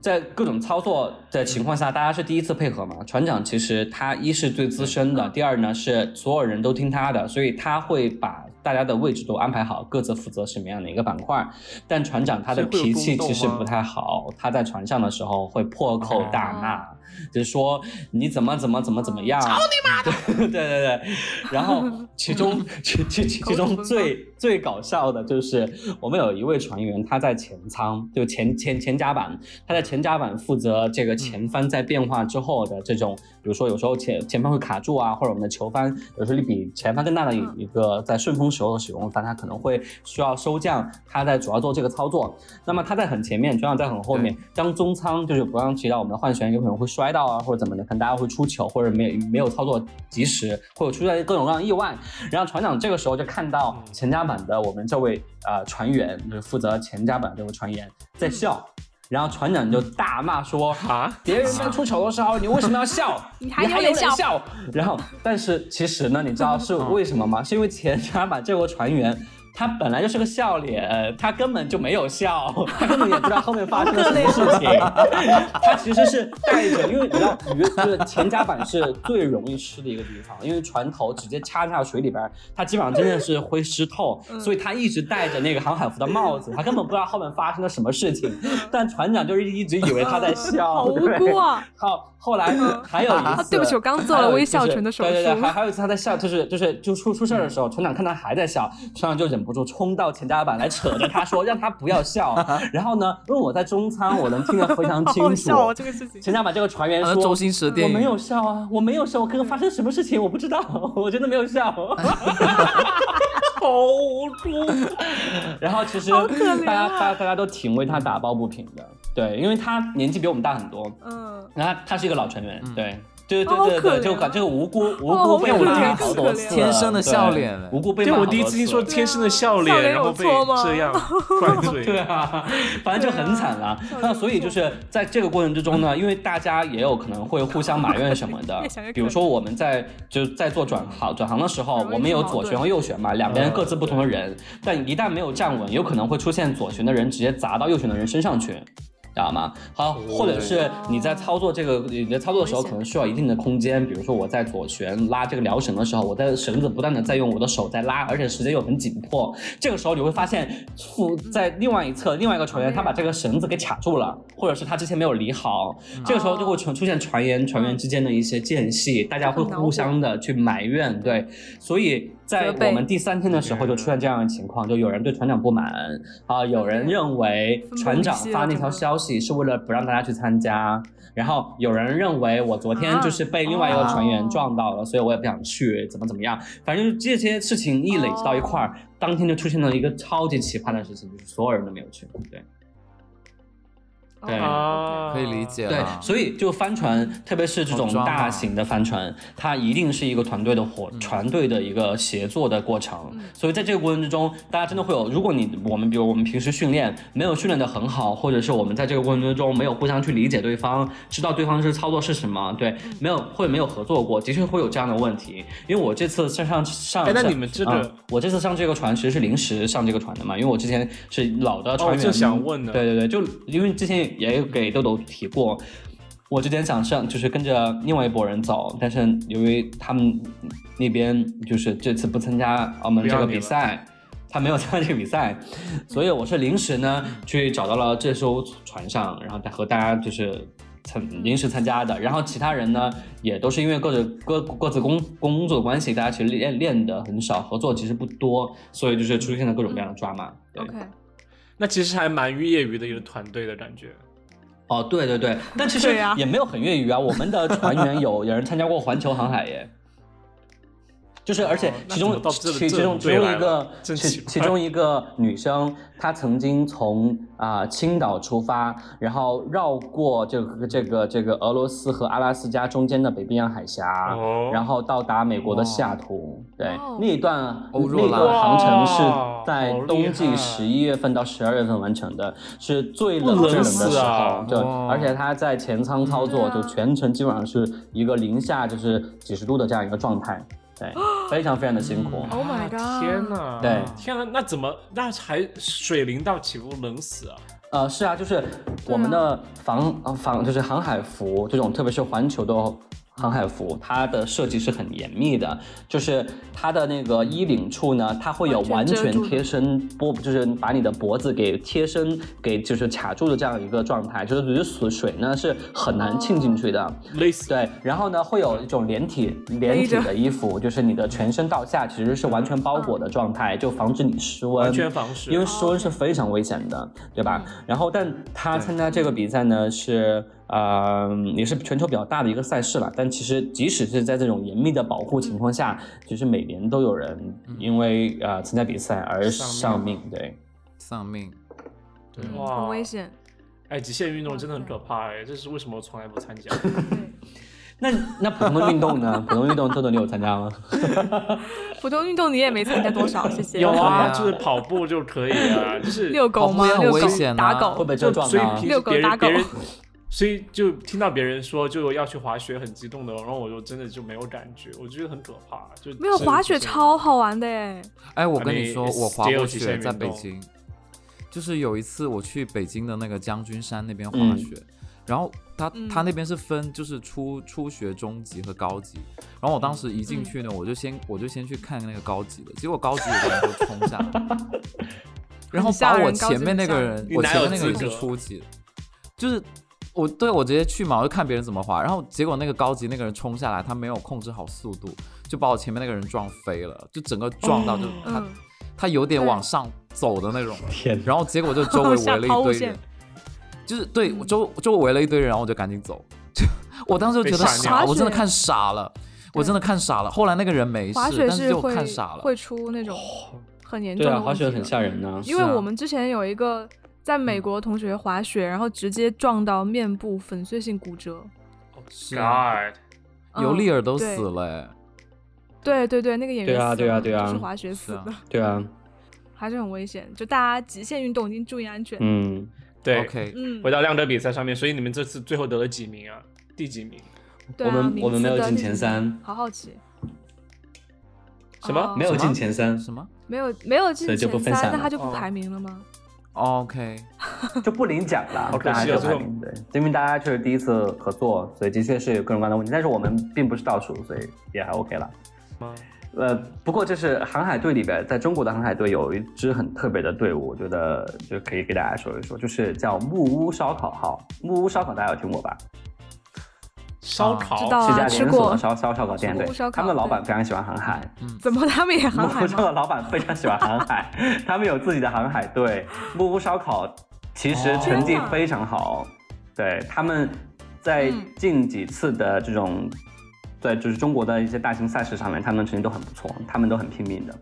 [SPEAKER 4] 在各种操作的情况下，大家是第一次配合嘛。船长其实他一是最资深的，第二呢是所有人都听他的，所以他会把大家的位置都安排好，各自负责什么样的一个板块。但船长他的
[SPEAKER 1] 所以会
[SPEAKER 4] 脾
[SPEAKER 1] 有
[SPEAKER 4] 气
[SPEAKER 1] 宫斗
[SPEAKER 4] 其实
[SPEAKER 1] 吗
[SPEAKER 4] 不太好，他在船上的时候会破口大骂。就是说你怎么怎么怎么怎么样，啊操你 妈的！对对对，然后其中其其其其中最最搞笑的就是我们有一位船员，他在前舱，就前前前甲板，他在前甲板负责这个前帆在变化之后的这种，比如说有时候前前帆会卡住啊，或者我们的球帆有时候比前帆更大的一一个在顺风时候的使用，但它可能会需要收降，他在主要做这个操作。那么他在很前面，船长在很后面。当中舱就是不让提到我们的换旋有可能会摔到啊，或者怎么的，可能大家会出糗，或者没有没有操作及时，会有出现各种各样的意外。然后船长这个时候就看到前甲板的我们这位呃船员，就是负责前甲板这位船员在笑，然后船长就大骂说：“
[SPEAKER 1] 啊，
[SPEAKER 4] 别人在出糗的时候，哦你为什么要笑？
[SPEAKER 3] 你还
[SPEAKER 4] 还有
[SPEAKER 3] 有脸
[SPEAKER 4] 笑？
[SPEAKER 3] 笑
[SPEAKER 4] 然后，但是其实呢，你知道是为什么吗？是因为前甲板这位船员。他本来就是个笑脸，他根本就没有笑， 他根本也不知道后面发生了什么 事情。他其实是带着，因为你知道鱼就是前甲板是最容易湿的一个地方，因为船头直接插下水里边儿，它基本上真的是会湿透， 所以他一直戴着那个航海服的帽子，他根本不知道后面发生了什么事情。 但船长就是一直以为他
[SPEAKER 3] 嗯
[SPEAKER 4] 在笑，
[SPEAKER 3] 啊好无
[SPEAKER 4] 对
[SPEAKER 3] 辜啊！
[SPEAKER 4] 好，后来还有一
[SPEAKER 3] 啊
[SPEAKER 4] 次，
[SPEAKER 3] 对不起，我刚做了微笑唇的手术
[SPEAKER 4] 还有。就是对对对，还还有一次他在笑，就是就是就出出事儿的时候，船长看他还在笑，船长就忍不住冲到前甲板来扯着他说，让 他不要笑。然后呢，因为我在中舱，我能听得非 常
[SPEAKER 3] 好
[SPEAKER 4] 清
[SPEAKER 3] 好
[SPEAKER 4] 楚。
[SPEAKER 3] 笑哦，这个事情。
[SPEAKER 4] 前甲板这个船员
[SPEAKER 2] 那
[SPEAKER 4] 说，
[SPEAKER 2] 周星驰的
[SPEAKER 4] 我
[SPEAKER 2] 电
[SPEAKER 4] 没
[SPEAKER 2] 影
[SPEAKER 4] 有笑啊，我没有笑，我刚刚发生什么事情我不知道， 我真的没有笑。
[SPEAKER 1] 好无辜。
[SPEAKER 4] 然后其实
[SPEAKER 3] 好可怜啊
[SPEAKER 4] 大家大家大家都挺为他打抱不平的，对，因为他年纪比我们大很多，
[SPEAKER 3] 嗯，
[SPEAKER 1] 嗯
[SPEAKER 4] 然后他他是一个老船员，对。对对对
[SPEAKER 3] 好可
[SPEAKER 4] 对，
[SPEAKER 3] 怜
[SPEAKER 4] 就感这个无辜无
[SPEAKER 3] 好
[SPEAKER 4] 辜被我
[SPEAKER 2] 可
[SPEAKER 4] 骂
[SPEAKER 2] 怜
[SPEAKER 4] 好
[SPEAKER 3] 更
[SPEAKER 4] 多
[SPEAKER 3] 可
[SPEAKER 4] 次
[SPEAKER 3] 怜
[SPEAKER 4] 了，
[SPEAKER 2] 天生的笑
[SPEAKER 4] 对
[SPEAKER 2] 脸了
[SPEAKER 4] 无辜被
[SPEAKER 1] 对，
[SPEAKER 4] 骂
[SPEAKER 1] 我
[SPEAKER 4] 好啊
[SPEAKER 1] 第一
[SPEAKER 4] 多
[SPEAKER 1] 次听
[SPEAKER 4] 次
[SPEAKER 1] 说
[SPEAKER 4] 了
[SPEAKER 1] 天生的
[SPEAKER 3] 笑
[SPEAKER 1] 笑脸，
[SPEAKER 3] 脸
[SPEAKER 1] 然后
[SPEAKER 3] 有
[SPEAKER 1] 被
[SPEAKER 3] 错吗
[SPEAKER 1] 这样灌
[SPEAKER 4] 对
[SPEAKER 1] 醉。
[SPEAKER 4] 啊，反正就很惨了。
[SPEAKER 3] 对啊
[SPEAKER 4] 那所以就是在这个过程之 中呢，因为大家也有可能会互相埋怨什么的
[SPEAKER 3] 越想越，
[SPEAKER 4] 比如说我们在就是在做转行转行的时候
[SPEAKER 3] 很容，易
[SPEAKER 4] 我们有
[SPEAKER 3] 出矛
[SPEAKER 4] 左
[SPEAKER 3] 盾
[SPEAKER 4] 旋和右旋嘛，两边各自不同的
[SPEAKER 3] 嗯
[SPEAKER 4] 人，但一旦没有站稳，有可能会出现左旋的人直接砸到右旋的人身上去。知道吗？好，或者是你在操作这个
[SPEAKER 3] 哦
[SPEAKER 4] 你在操作的时候，
[SPEAKER 3] 危险
[SPEAKER 4] 可能需要一定的空间。比如说我在左旋拉这个撩绳的时候，我的绳子不断的在用我的手在拉，而且时间又很紧迫。这个时候你会发现，附
[SPEAKER 3] 嗯
[SPEAKER 4] 在另外一侧另外一个船员他把这个绳子给卡住了，或者是他之前没有理好。这个时候就会出出现船员船员之间的一些间隙，大家会
[SPEAKER 3] 嗯很恼火
[SPEAKER 4] 互相的去埋怨，对。所以在
[SPEAKER 3] 责备
[SPEAKER 4] 我们第三天的时候就出现这样的情况，就有人对船长不满啊，有人认为船
[SPEAKER 3] 啊
[SPEAKER 4] 长发那条消息是为了不让大家去参加，然后有人认为我昨天
[SPEAKER 3] 啊
[SPEAKER 4] 就是被另外一个船
[SPEAKER 3] 哦
[SPEAKER 4] 员撞到了，所以我也不想去，怎么怎么样，反正就是这些事情一累积到一块儿，当天就出现了一个超级奇葩的事情，就是所有人都没有去，对。对
[SPEAKER 3] 哦，OK
[SPEAKER 2] 可以
[SPEAKER 1] 啊
[SPEAKER 2] 理解
[SPEAKER 4] 对
[SPEAKER 2] 了，，
[SPEAKER 4] 所以就帆船，特别是这种
[SPEAKER 2] 好装啊
[SPEAKER 4] 大型的帆船，它一定是一个团队的活，
[SPEAKER 1] 嗯
[SPEAKER 4] 船队的一个协作的过程。所以在这个过程之中，大家真的会有，如果你我们比如我们平时训练没有训练的很好，或者是我们在这个过程之中没有互相去理解对方，知道对方是操作是什么，对，没有会没有合作过，的确会有这样的问题。因为我这次上上上，
[SPEAKER 1] 哎那你们这个
[SPEAKER 4] 嗯我这次上这个船其实是临时上这个船的嘛，因为我之前是老的船员，
[SPEAKER 1] 正想问呢
[SPEAKER 4] 对对对，就因为之前也有给豆豆提过，我之前想上就是跟着另外一拨人走，但是由于他们那边就是这次不参加我们这个比赛。他没有参加这个比赛，所以我是临时呢去找到了这艘船上，然后和大家就是参临时参加的。然后其他人呢也都是因为各自各各自工工作关系，大家其实练练的很少，合作其实不多，所以就是出现了各种各样的抓马。对。
[SPEAKER 3] OK，
[SPEAKER 1] 那其实还蛮业余的一个团队的感觉。
[SPEAKER 4] 哦，对对对，但其实
[SPEAKER 3] 对呀
[SPEAKER 4] 也没有很业余啊。我们的船 员有有人参加过环球航海耶，就是而且
[SPEAKER 1] 哦那怎
[SPEAKER 4] 其中
[SPEAKER 1] 么到这
[SPEAKER 4] 其
[SPEAKER 1] 这
[SPEAKER 4] 其中其
[SPEAKER 1] 队
[SPEAKER 4] 中
[SPEAKER 1] 来
[SPEAKER 4] 一个
[SPEAKER 1] 了
[SPEAKER 4] 其
[SPEAKER 1] 真奇怪
[SPEAKER 4] 其中一个女生，她曾经从啊、青岛出发，然后绕过这个这个这个俄罗斯和阿拉斯加中间的北冰洋海峡，
[SPEAKER 1] 哦
[SPEAKER 4] 然后到达美国的西雅图。对，
[SPEAKER 3] 哦
[SPEAKER 4] 那一段
[SPEAKER 2] 欧若
[SPEAKER 4] 那一段
[SPEAKER 2] 拉
[SPEAKER 4] 航程是
[SPEAKER 1] 哇
[SPEAKER 4] 在
[SPEAKER 1] 好厉
[SPEAKER 4] 冬季
[SPEAKER 1] 害
[SPEAKER 4] 十一月份到十二月份完成的，是最冷
[SPEAKER 1] 不
[SPEAKER 4] 最冷
[SPEAKER 1] 冷
[SPEAKER 4] 的
[SPEAKER 1] 死
[SPEAKER 4] 时候。
[SPEAKER 1] 啊
[SPEAKER 4] 对，
[SPEAKER 2] 哇
[SPEAKER 4] 而且他在前舱操
[SPEAKER 3] 对
[SPEAKER 4] 作，
[SPEAKER 3] 啊
[SPEAKER 4] 就全程基本上是一个零下就是几十度的这样一个状态， 对，非常非常的辛苦。
[SPEAKER 3] Oh my
[SPEAKER 1] 啊
[SPEAKER 3] god
[SPEAKER 1] 天哪！
[SPEAKER 4] 对
[SPEAKER 1] 天哪！那怎么那还水淋到岂不冷死啊？
[SPEAKER 4] 呃，是啊，就是我们的防呃防就是航海服这种，特别是环球的航海服，它的设计是很严密的，就是它的那个衣领处呢，它会有完
[SPEAKER 3] 完全遮
[SPEAKER 4] 全
[SPEAKER 3] 住的
[SPEAKER 4] 贴身脖，就是把你的脖子给贴身给就是卡住的这样一个状态，就是你水水呢是很难沁进去的。
[SPEAKER 1] 累死！
[SPEAKER 4] 对，然后呢，会有一种连体连
[SPEAKER 3] 背
[SPEAKER 4] 体
[SPEAKER 3] 着
[SPEAKER 4] 的衣服，就是你的全身到下其实是完全包裹的状态，就防止你失温，
[SPEAKER 1] 完全防水
[SPEAKER 4] 因为失温是非常危险的，对吧？然后，但他参加这个比赛呢，是呃，也是全球比较大的一个赛事了。但其实，即使是在这种严密的保护情况下，其实每年都有人因为呃参加比赛而
[SPEAKER 1] 嗯丧
[SPEAKER 4] 丧
[SPEAKER 1] 命
[SPEAKER 4] 命，对。
[SPEAKER 2] 丧命，
[SPEAKER 1] 对
[SPEAKER 3] 嗯
[SPEAKER 1] 哇，
[SPEAKER 3] 很危！险。
[SPEAKER 1] 哎，极限运动真的很可怕哎，这是为什么我从来不参加？
[SPEAKER 3] 对，
[SPEAKER 4] 那那普通的运动 呢？普通运动，豆豆你有参加吗？
[SPEAKER 3] 普通运动你也没参加多少，谢谢。
[SPEAKER 1] 有
[SPEAKER 2] 对
[SPEAKER 1] 啊，
[SPEAKER 2] 啊
[SPEAKER 1] 就是跑步就可以啊， 就是
[SPEAKER 3] 遛狗
[SPEAKER 2] 跑
[SPEAKER 3] 吗
[SPEAKER 2] 步也？很
[SPEAKER 3] 遛狗
[SPEAKER 2] 危险啊
[SPEAKER 3] 打
[SPEAKER 4] 会
[SPEAKER 3] 狗
[SPEAKER 4] 不，会
[SPEAKER 1] 就
[SPEAKER 4] 车撞
[SPEAKER 1] 所以
[SPEAKER 4] 到？
[SPEAKER 1] 平时
[SPEAKER 3] 遛狗
[SPEAKER 1] 别人
[SPEAKER 3] 打狗
[SPEAKER 1] 别人，所以就听到别人说就要去滑雪很激动的，然后我就真的就没有感觉，我觉得很可怕。就
[SPEAKER 3] 没有滑雪
[SPEAKER 1] 真的是 Oh
[SPEAKER 3] 超好玩的哎，
[SPEAKER 2] 哎，我
[SPEAKER 1] 啊
[SPEAKER 2] 跟
[SPEAKER 1] 你
[SPEAKER 2] 你说，
[SPEAKER 1] 也
[SPEAKER 2] 我
[SPEAKER 1] 是
[SPEAKER 2] 滑
[SPEAKER 1] 也有
[SPEAKER 2] 过
[SPEAKER 1] 极限
[SPEAKER 2] 雪，在
[SPEAKER 1] 运
[SPEAKER 2] 北
[SPEAKER 1] 动
[SPEAKER 2] 京，就是有一次我去北京的那个将军山那边滑
[SPEAKER 4] 嗯
[SPEAKER 2] 雪，然后他他
[SPEAKER 3] 嗯
[SPEAKER 2] 那边是分就是初初学、中级和高级，然后我当时一进
[SPEAKER 3] 嗯
[SPEAKER 2] 去呢，我就先我就先去看那个高级的，结果高级有个人就冲下来， 然后
[SPEAKER 3] 很吓
[SPEAKER 2] 把我
[SPEAKER 3] 人高级
[SPEAKER 2] 前面
[SPEAKER 3] 很
[SPEAKER 2] 那
[SPEAKER 3] 吓
[SPEAKER 2] 个
[SPEAKER 3] 人
[SPEAKER 2] 人，
[SPEAKER 1] 你
[SPEAKER 2] 我
[SPEAKER 1] 哪
[SPEAKER 2] 前
[SPEAKER 1] 有
[SPEAKER 2] 面那个人
[SPEAKER 1] 资
[SPEAKER 2] 是
[SPEAKER 1] 格
[SPEAKER 2] 初级的，就是。我对我直接去嘛，我就看别人怎么滑，然后结果那个高级那个人冲下来，他没有控制好速度，就把我前面那个人撞飞了，就整个撞到就、他
[SPEAKER 3] 嗯，
[SPEAKER 2] 他有点
[SPEAKER 3] 对
[SPEAKER 2] 往上走的那种，
[SPEAKER 4] 天
[SPEAKER 2] 然后结果就周 围
[SPEAKER 3] 下
[SPEAKER 2] 围了
[SPEAKER 3] 抛
[SPEAKER 2] 一
[SPEAKER 3] 物
[SPEAKER 2] 堆
[SPEAKER 3] 线嗯
[SPEAKER 2] 人，就是对我周周围围了一堆人，然后我就赶紧走，我当时就觉得
[SPEAKER 1] 被吓
[SPEAKER 2] 傻，
[SPEAKER 3] 尿
[SPEAKER 2] 我真的
[SPEAKER 3] 滑雪
[SPEAKER 2] 看傻了，我真的看傻了。后来那个人没事
[SPEAKER 3] 滑，雪
[SPEAKER 2] 但是就
[SPEAKER 3] 会
[SPEAKER 2] 看傻了。
[SPEAKER 3] 会出那种很严
[SPEAKER 4] 对
[SPEAKER 3] 重
[SPEAKER 4] 啊，
[SPEAKER 3] 的
[SPEAKER 4] 滑
[SPEAKER 3] 问题
[SPEAKER 4] 雪
[SPEAKER 3] 的。
[SPEAKER 4] 很吓人呢。
[SPEAKER 3] 因
[SPEAKER 2] 是
[SPEAKER 3] 为
[SPEAKER 2] 啊
[SPEAKER 3] 我们之前有一个在
[SPEAKER 4] 嗯
[SPEAKER 3] 美国同学滑雪，然后直接撞到面部粉碎性骨折，
[SPEAKER 2] 是啊，
[SPEAKER 1] God，
[SPEAKER 2] 尤利尔都
[SPEAKER 3] 嗯对
[SPEAKER 2] 死了哎，
[SPEAKER 3] 对对对，那个演员
[SPEAKER 4] 对啊
[SPEAKER 3] 死
[SPEAKER 4] 对啊
[SPEAKER 3] 了
[SPEAKER 4] 对啊
[SPEAKER 3] 就是滑雪死
[SPEAKER 2] 是啊
[SPEAKER 3] 的，
[SPEAKER 4] 对啊，
[SPEAKER 3] 还是很危险。就大家极限运动一定注意安全。
[SPEAKER 4] 嗯，
[SPEAKER 1] 对
[SPEAKER 2] OK，
[SPEAKER 3] 嗯
[SPEAKER 1] 回，到亮德比赛上面，所以你们这次最后得了几名啊？第几名？
[SPEAKER 3] 对啊
[SPEAKER 4] 我们
[SPEAKER 3] 名
[SPEAKER 4] 我们
[SPEAKER 3] 次
[SPEAKER 4] 没有
[SPEAKER 3] 的
[SPEAKER 4] 进
[SPEAKER 3] 第
[SPEAKER 4] 前
[SPEAKER 3] 几
[SPEAKER 4] 三
[SPEAKER 3] 名好好奇，
[SPEAKER 1] 什么
[SPEAKER 3] 哦
[SPEAKER 4] 没有
[SPEAKER 2] 什么
[SPEAKER 4] 进前三，
[SPEAKER 1] 嗯
[SPEAKER 2] 什么
[SPEAKER 3] 没有没有进
[SPEAKER 4] 所以
[SPEAKER 3] 前
[SPEAKER 4] 就不分
[SPEAKER 3] 三，
[SPEAKER 4] 散
[SPEAKER 3] 那
[SPEAKER 4] 了
[SPEAKER 3] 他就不
[SPEAKER 1] 哦
[SPEAKER 3] 排名了吗？
[SPEAKER 2] 哦？OK，
[SPEAKER 4] 就不领奖了
[SPEAKER 1] 好可
[SPEAKER 4] 大
[SPEAKER 1] 惜
[SPEAKER 4] 家
[SPEAKER 1] 啊
[SPEAKER 4] 就
[SPEAKER 1] 最后
[SPEAKER 4] 排名对，因为大家确实第一次合作，所以的确是有各种各样的问题，但是我们并不是倒数，所以也还 OK 了。
[SPEAKER 1] 吗？
[SPEAKER 4] 呃，不过就是航海队里边，在中国的航海队有一支很特别的队伍，我觉得就可以给大家说一说，就是叫木屋烧烤号。木屋烧烤大家有听过吧？
[SPEAKER 1] 烧烤，
[SPEAKER 3] 知道
[SPEAKER 4] 是一家
[SPEAKER 3] 啊，吃
[SPEAKER 4] 连锁
[SPEAKER 3] 过
[SPEAKER 4] 的，烧烧烧烤店，
[SPEAKER 3] 木屋
[SPEAKER 4] 对
[SPEAKER 3] 烧，烤
[SPEAKER 4] 他们老板
[SPEAKER 3] 对
[SPEAKER 4] 非常喜欢航海，
[SPEAKER 3] 怎么他们 也航
[SPEAKER 4] 木
[SPEAKER 3] 海
[SPEAKER 4] 屋烧烤
[SPEAKER 3] 吗？
[SPEAKER 4] 的老板非常喜欢航海，他们有自己的航海队。木屋烧烤其
[SPEAKER 3] 哦
[SPEAKER 4] 实成绩非常好，对他们在
[SPEAKER 3] 嗯
[SPEAKER 4] 近几次的这种，在就是中国的一些大型赛事上面，他们成绩都很不错，他们都很拼命的。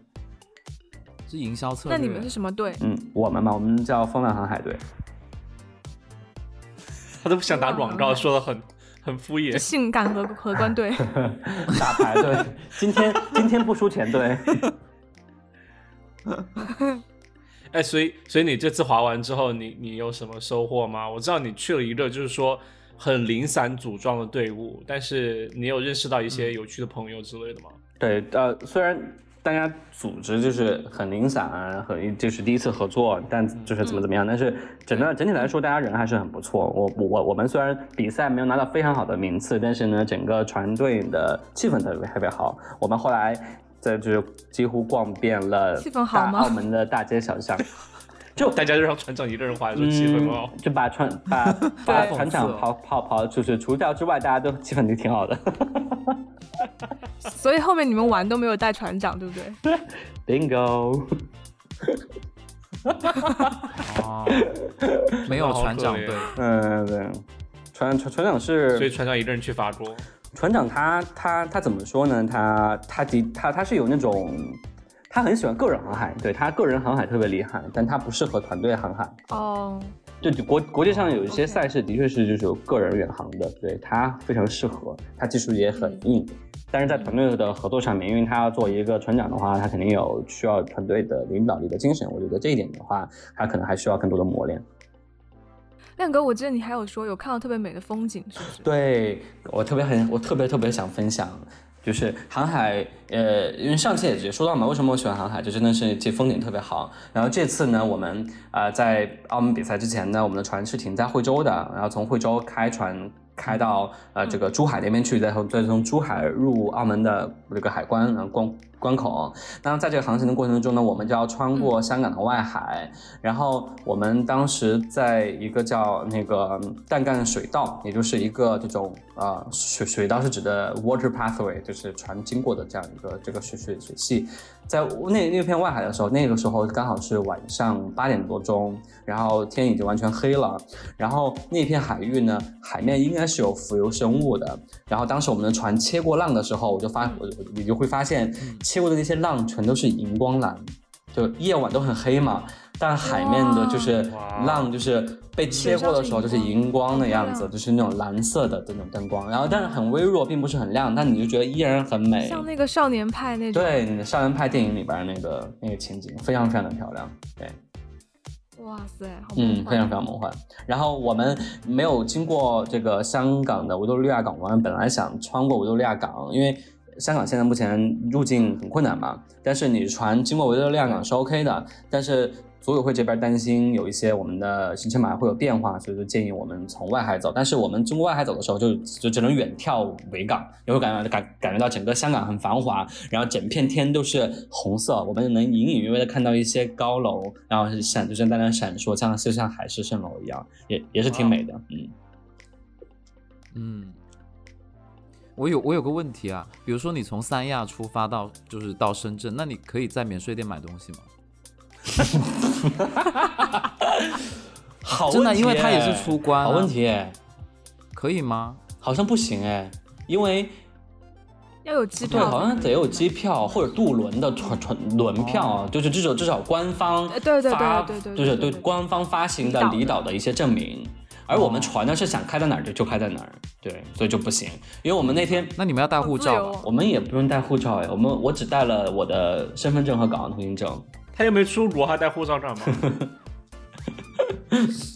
[SPEAKER 2] 是营销策略。
[SPEAKER 3] 那你们是什么队？
[SPEAKER 4] 嗯，我们嘛，我们叫风浪航海队，
[SPEAKER 1] 他都不想打广告，
[SPEAKER 3] 哇
[SPEAKER 1] 说的很很敷衍。
[SPEAKER 3] 性感荷荷官队，
[SPEAKER 4] 大牌队。今天今天不输钱队，
[SPEAKER 1] 哎，所以所以你这次滑完之后，你你有什么收获吗？我知道你去了一个就是说很零散组装的队伍，但是你有认识到一些有趣的朋友之类的吗？
[SPEAKER 4] 对，呃，虽然大家组织就是很零散啊，很就是第一次合作，但就是
[SPEAKER 3] 嗯
[SPEAKER 4] 怎么怎么样，但是整个整体来说，大家人还是很不错。我我我我们虽然比赛没有拿到非常好的名次，但是呢，整个团队的气氛特别特别好。我们后来在就是几乎逛遍了
[SPEAKER 3] 气氛好
[SPEAKER 4] 大
[SPEAKER 3] 吗
[SPEAKER 4] 澳门的大街小巷。就
[SPEAKER 1] 大家就让船长一个人滑，说 气氛哦
[SPEAKER 4] 嗯，。就 把船把把
[SPEAKER 3] 对
[SPEAKER 4] 船
[SPEAKER 2] 讽刺
[SPEAKER 4] 长
[SPEAKER 2] 哦
[SPEAKER 4] 跑跑跑，就是除掉之外，大家都气氛都挺好的。
[SPEAKER 3] 嗯所以后面你们玩都没有带船长，对不对？
[SPEAKER 4] Bingo。
[SPEAKER 2] 哦，没有船长队，
[SPEAKER 1] 啊
[SPEAKER 4] 嗯，对，船船船长
[SPEAKER 1] 所以
[SPEAKER 4] 是
[SPEAKER 1] 船长一个人去法国，
[SPEAKER 4] 船长他，他他怎么说呢？他他的他他是有那种，他很喜欢个人航海，对他个人航海特别厉害，但他不适合团队航海。
[SPEAKER 3] 哦，
[SPEAKER 4] 就就国国际上有一些
[SPEAKER 3] OK
[SPEAKER 4] 赛事的确是就是有个人远航的，对他非常适合，他技术也很硬。但是在团队的合作上面，因为他要做一个船长的话，他肯定有需要团队的领导力的精神。我觉得这一点的话，他可能还需要更多的磨练。
[SPEAKER 3] 亮哥，我记得你还有说有看到特别美的风景，是不是？
[SPEAKER 4] 对我特别很，我特别特别想分享，就是航海，呃，因为上期也也说到嘛，为什么我喜欢航海，就真的是这风景特别好。然后这次呢，我们啊、呃在澳门比赛之前呢，我们的船是停在惠州的，然后从惠州开船。开到呃这个珠海那边去，再从再从珠海入澳门的这个海关呃关关口。那么在这个航行的过程中呢，我们就要穿过香港的外海，然后我们当时在一个叫那个淡干水道，也就是一个这种呃水水道是指的 water pathway，就是船经过的这样一个这个水水水系，在那那片外海的时候，那个时候刚好是晚上八点多钟，然后天已经完全黑了，然后那片海域呢，海面应该是有浮游生物的，然后当时我们的船切过浪的时候，我就发我我你就会发现切过的那些浪全都是荧光蓝，就夜晚都很黑嘛。但海面的就是
[SPEAKER 1] 哇
[SPEAKER 4] 浪，就是被切过的时候，就是荧光的样子，
[SPEAKER 3] 水上是荧光
[SPEAKER 4] 就是那种蓝色的这种灯光，然后但是很微弱，并不是很亮，但你就觉得依然很美。
[SPEAKER 3] 像那个少年派那种，
[SPEAKER 4] 对，你的少年派电影里边那个那个情景非常非常的漂亮，对，
[SPEAKER 3] 哇塞，好
[SPEAKER 4] 嗯
[SPEAKER 3] 梦，幻
[SPEAKER 4] 非
[SPEAKER 3] 啊
[SPEAKER 4] 常非常梦幻。然后我们没有经过这个香港的维多利亚港湾，本来想穿过维多利亚港，因为香港现在目前入境很困难嘛。但是你船经过维多利亚港是 OK 的，但是组委会这边担心有一些我们的行程码会有变化，所以就建议我们从外海走。但是我们从外海走的时候就，就只能远眺维港，你会感觉感感觉到整个香港很繁华，然后整片天都是红色，我们能隐隐约约的看到一些高楼，然后是闪就像在那闪烁，像就像海市蜃楼一样，也也是挺美的。嗯，
[SPEAKER 2] 嗯。我有我有个问题啊，比如说你从三亚出发到就是到深圳，那你可以在免税店买东西吗？
[SPEAKER 4] 好
[SPEAKER 2] 真的
[SPEAKER 4] 问题
[SPEAKER 2] 因为它也
[SPEAKER 4] 耶
[SPEAKER 2] 是出关啊
[SPEAKER 4] 好问题耶，
[SPEAKER 2] 可以吗？
[SPEAKER 4] 好像不行哎，因为
[SPEAKER 3] 嗯要有机
[SPEAKER 4] 对，
[SPEAKER 3] 票，
[SPEAKER 4] 好像得有机票或者渡轮的船船轮票，啊就是至少至少官方
[SPEAKER 3] 哦呃对对对
[SPEAKER 4] 发
[SPEAKER 3] 对对对
[SPEAKER 4] 就是
[SPEAKER 3] 对对
[SPEAKER 4] 对官方发行的
[SPEAKER 3] 离岛的哦
[SPEAKER 4] 离岛的一些证明。而我们船呢是想开到哪儿就就开到哪儿，对，所以就不行，因为我们那天
[SPEAKER 2] 那你们要带
[SPEAKER 3] 好
[SPEAKER 2] 护
[SPEAKER 3] 自
[SPEAKER 2] 照
[SPEAKER 3] 由
[SPEAKER 2] 吧？
[SPEAKER 3] 哦
[SPEAKER 4] 我们也不用带护照哎，我们我只带了我的身份证和港澳通行证，
[SPEAKER 1] 他又没出国，还带护照干嘛？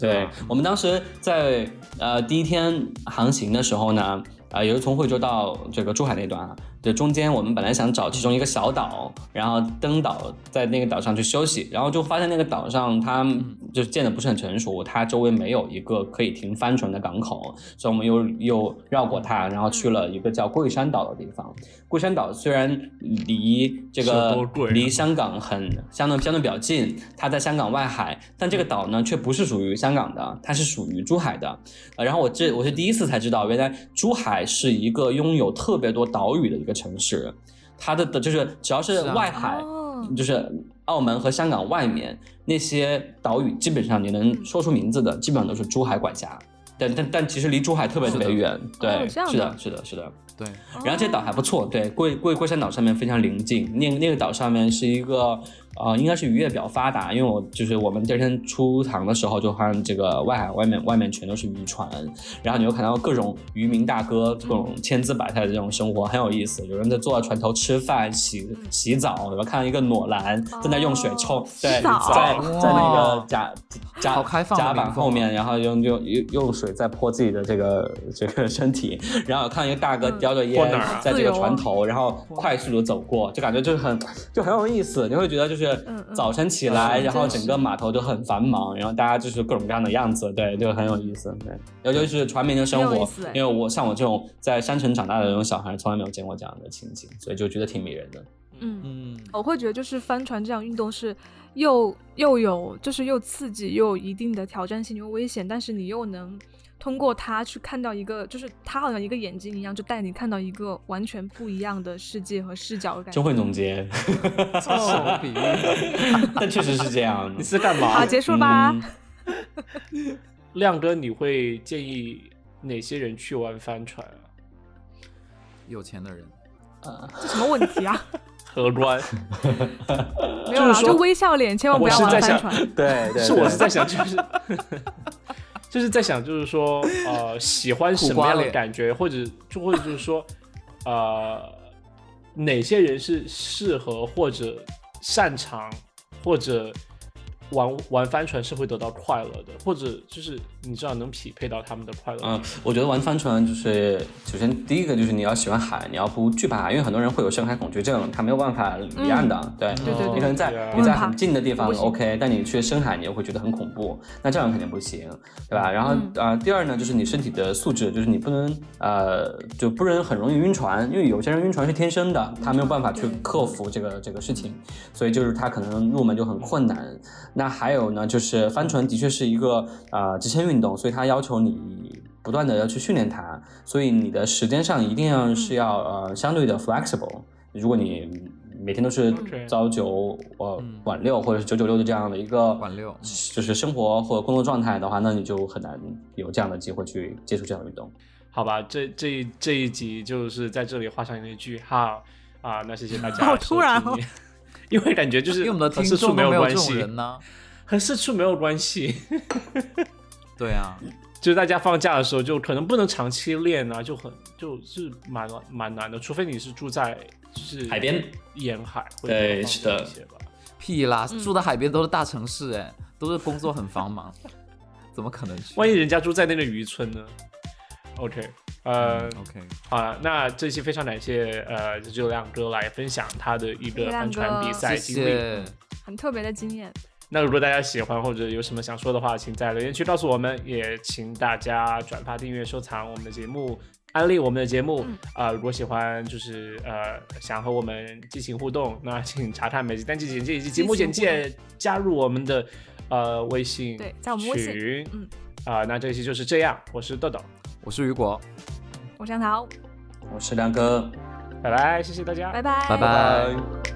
[SPEAKER 4] 对我们当时在呃第一天航行的时候呢，呃，也是从惠州到这个珠海那段啊，对，中间我们本来想找其中一个小岛，然后登岛，在那个岛上去休息，然后就发现那个岛上它就是建的不是很成熟，它周围没有一个可以停帆船的港口，所以我们又又绕过它，然后去了一个叫桂山岛的地方。桂山岛虽然离这
[SPEAKER 1] 是
[SPEAKER 4] 个
[SPEAKER 1] 多贵啊
[SPEAKER 4] 离香港很相对相对比较近，它在香港外海，但这个岛呢却不是属于香港的，它是属于珠海的。呃，然后我这我是第一次才知道，原来珠海是一个拥有特别多岛屿的一个城市，它的的就是只要是
[SPEAKER 2] 是啊
[SPEAKER 4] 外海，
[SPEAKER 3] 哦，
[SPEAKER 4] 就是澳门和香港外面那些岛屿，基本上你能说出名字的，基本上都是珠海管辖。但但但其实离珠海特别特别
[SPEAKER 2] 是的
[SPEAKER 4] 远，对，
[SPEAKER 3] 哦这样
[SPEAKER 4] 是的，
[SPEAKER 3] 的
[SPEAKER 4] 是的，是的。
[SPEAKER 2] 对，
[SPEAKER 4] 然后这岛还
[SPEAKER 3] 哦
[SPEAKER 4] 不错，对，桂桂桂山岛上面非常宁静，那个那个岛上面是一个呃，应该是渔业比较发达，因为我就是我们第二天出航的时候，就看这个外海外面外面全都是渔船，然后你会看到各种渔民大哥各种千姿百态的这种生活，很有意思。有人在坐在船头吃饭、洗洗澡，然后看到一个裸男正在用水冲
[SPEAKER 3] 哦，
[SPEAKER 4] 对，
[SPEAKER 3] 洗澡
[SPEAKER 4] 在在那个
[SPEAKER 2] 哇
[SPEAKER 4] 甲甲
[SPEAKER 2] 好开放的
[SPEAKER 4] 甲
[SPEAKER 2] 民
[SPEAKER 4] 板
[SPEAKER 2] 风
[SPEAKER 4] 后
[SPEAKER 2] 啊
[SPEAKER 4] 面，然后用用用用水在泼自己的这个这个身体，然后看一个大哥
[SPEAKER 3] 嗯
[SPEAKER 4] 叼着
[SPEAKER 1] 泼
[SPEAKER 4] 烟
[SPEAKER 1] 哪儿啊
[SPEAKER 4] 在这个
[SPEAKER 3] 自由啊
[SPEAKER 4] 船头，然后快速的走过，就感觉就是很就很有意思，你会觉得就是
[SPEAKER 3] 嗯嗯
[SPEAKER 4] 早晨起来，
[SPEAKER 3] 嗯
[SPEAKER 4] 然后
[SPEAKER 3] 真
[SPEAKER 4] 整
[SPEAKER 3] 是
[SPEAKER 4] 个码头就很繁忙，然后大家就是各种各样的样子，对，就很有意思，对，尤其是船民的生
[SPEAKER 3] 很有
[SPEAKER 4] 活
[SPEAKER 3] 意思哎，
[SPEAKER 4] 因为我像我这种在山城长大的这种小孩，从来没有见过这样的情景，所以就觉得挺迷人的。
[SPEAKER 3] 嗯，
[SPEAKER 2] 嗯，
[SPEAKER 3] 我会觉得就是帆船这项运动是又又有就是又刺激又有一定的挑战性又危险，但是你又能通过它去看到一个，就是它好像一个眼睛一样，就带你看到一个完全不一样的世界和视角的感
[SPEAKER 4] 真
[SPEAKER 3] 觉。
[SPEAKER 4] 会总结，
[SPEAKER 2] 哦，比喻，
[SPEAKER 4] 但确实是这样
[SPEAKER 1] 你。是干嘛？
[SPEAKER 3] 好，结束吧。
[SPEAKER 4] 嗯
[SPEAKER 1] 亮哥，你会建议哪些人去玩帆船啊？
[SPEAKER 2] 有钱的人，
[SPEAKER 3] 这什么问题啊？
[SPEAKER 1] 荷官，
[SPEAKER 3] 没有啦，
[SPEAKER 1] 说
[SPEAKER 3] 就微笑脸，千万不
[SPEAKER 1] 我
[SPEAKER 3] 要
[SPEAKER 1] 是
[SPEAKER 3] 玩
[SPEAKER 1] 在
[SPEAKER 3] 帆
[SPEAKER 1] 想
[SPEAKER 3] 船。
[SPEAKER 4] 对，对
[SPEAKER 1] 是我
[SPEAKER 4] 对
[SPEAKER 1] 是在想，就是 就是在想，就是说，呃，喜欢什
[SPEAKER 2] 苦
[SPEAKER 1] 么
[SPEAKER 2] 瓜
[SPEAKER 1] 样的
[SPEAKER 2] 脸
[SPEAKER 1] 感觉，或者就或者就是说，呃，哪些人是适合或者擅长或者玩玩帆船是会得到快乐的，或者就是你知道能匹配到他们的快乐吗。
[SPEAKER 4] 嗯，我觉得玩帆船就是，首先第一个就是你要喜欢海，你要不惧怕海，因为很多人会有深海恐惧症，他没有办法离岸的。对，
[SPEAKER 3] 嗯对对
[SPEAKER 4] 你可
[SPEAKER 3] 对
[SPEAKER 4] 能在
[SPEAKER 1] 对啊
[SPEAKER 4] 你在很近的地方
[SPEAKER 3] 我很怕
[SPEAKER 4] OK，但你去深海，你又会觉得很恐怖，那这样肯定不行，对吧？然后、
[SPEAKER 3] 嗯
[SPEAKER 4] 呃，第二呢，就是你身体的素质，就是你不能呃，就不能很容易晕船，因为有些人晕船是天生的，他没有办法去
[SPEAKER 3] 对
[SPEAKER 4] 克服这个这个事情，所以就是他可能入门就很困难。那还有呢，就是帆船的确是一个呃极限运动，所以它要求你不断的要去训练它，所以你的时间上一定要是要呃相对的 flexible。如果你每天都是
[SPEAKER 1] OK
[SPEAKER 4] 朝九呃晚六或者是九九六的这样的一个
[SPEAKER 2] 嗯晚六嗯
[SPEAKER 4] 就是生活或者工作状态的话，那你就很难有这样的机会去接触这样的运动。
[SPEAKER 1] 好吧，这这一这一集就是在这里画上一个句号啊！那谢谢大家收听。
[SPEAKER 3] 好突然哦
[SPEAKER 1] 因为感觉 就是
[SPEAKER 2] 因为我们的
[SPEAKER 1] 和
[SPEAKER 2] 听
[SPEAKER 1] 社畜
[SPEAKER 2] 众
[SPEAKER 1] 没
[SPEAKER 2] 都没有
[SPEAKER 1] 关
[SPEAKER 2] 这种
[SPEAKER 1] 系
[SPEAKER 2] 人， 呢。
[SPEAKER 1] 和社畜没有关系。
[SPEAKER 2] 对啊，
[SPEAKER 1] 就是大家放假的时候，就可能不能长期练啊，就很就是蛮蛮难的，除非你是住在就是
[SPEAKER 4] 海边、
[SPEAKER 1] 沿海，会
[SPEAKER 4] 对
[SPEAKER 1] 比较
[SPEAKER 4] 是的
[SPEAKER 1] 方便一些吧。
[SPEAKER 2] 屁啦，
[SPEAKER 3] 嗯
[SPEAKER 2] 住在海边都是大城市，哎，都是工作很繁忙，怎么可能去？
[SPEAKER 1] 万一人家住在那个渔村呢？OK，呃，
[SPEAKER 2] OK，
[SPEAKER 1] 好了，那这期非常感谢呃，就亮哥来分享他的一
[SPEAKER 3] 谢
[SPEAKER 1] 个
[SPEAKER 3] 谢
[SPEAKER 1] 帆船
[SPEAKER 3] 亮哥
[SPEAKER 1] 比赛
[SPEAKER 2] 谢
[SPEAKER 1] 经历。
[SPEAKER 2] 谢，
[SPEAKER 3] 很特别的经验。
[SPEAKER 1] 那如果大家喜欢或者有什么想说的话，请在留言区告诉我们，也请大家转发、订阅、收藏我们的节目，安利我们的节目。
[SPEAKER 3] 嗯
[SPEAKER 1] 啊、如果喜欢就是呃想和我们进行互动，那请查看每集单集简介以及节目简介，加入我们的呃微信
[SPEAKER 3] 对在我们微信
[SPEAKER 1] 群
[SPEAKER 3] 嗯
[SPEAKER 1] 啊、那这一期就是这样，我是豆豆，
[SPEAKER 2] 我是雨果，
[SPEAKER 3] 我是杨桃，
[SPEAKER 4] 我是亮哥，
[SPEAKER 1] 拜拜，谢谢大家，
[SPEAKER 3] 拜拜，
[SPEAKER 2] 拜拜。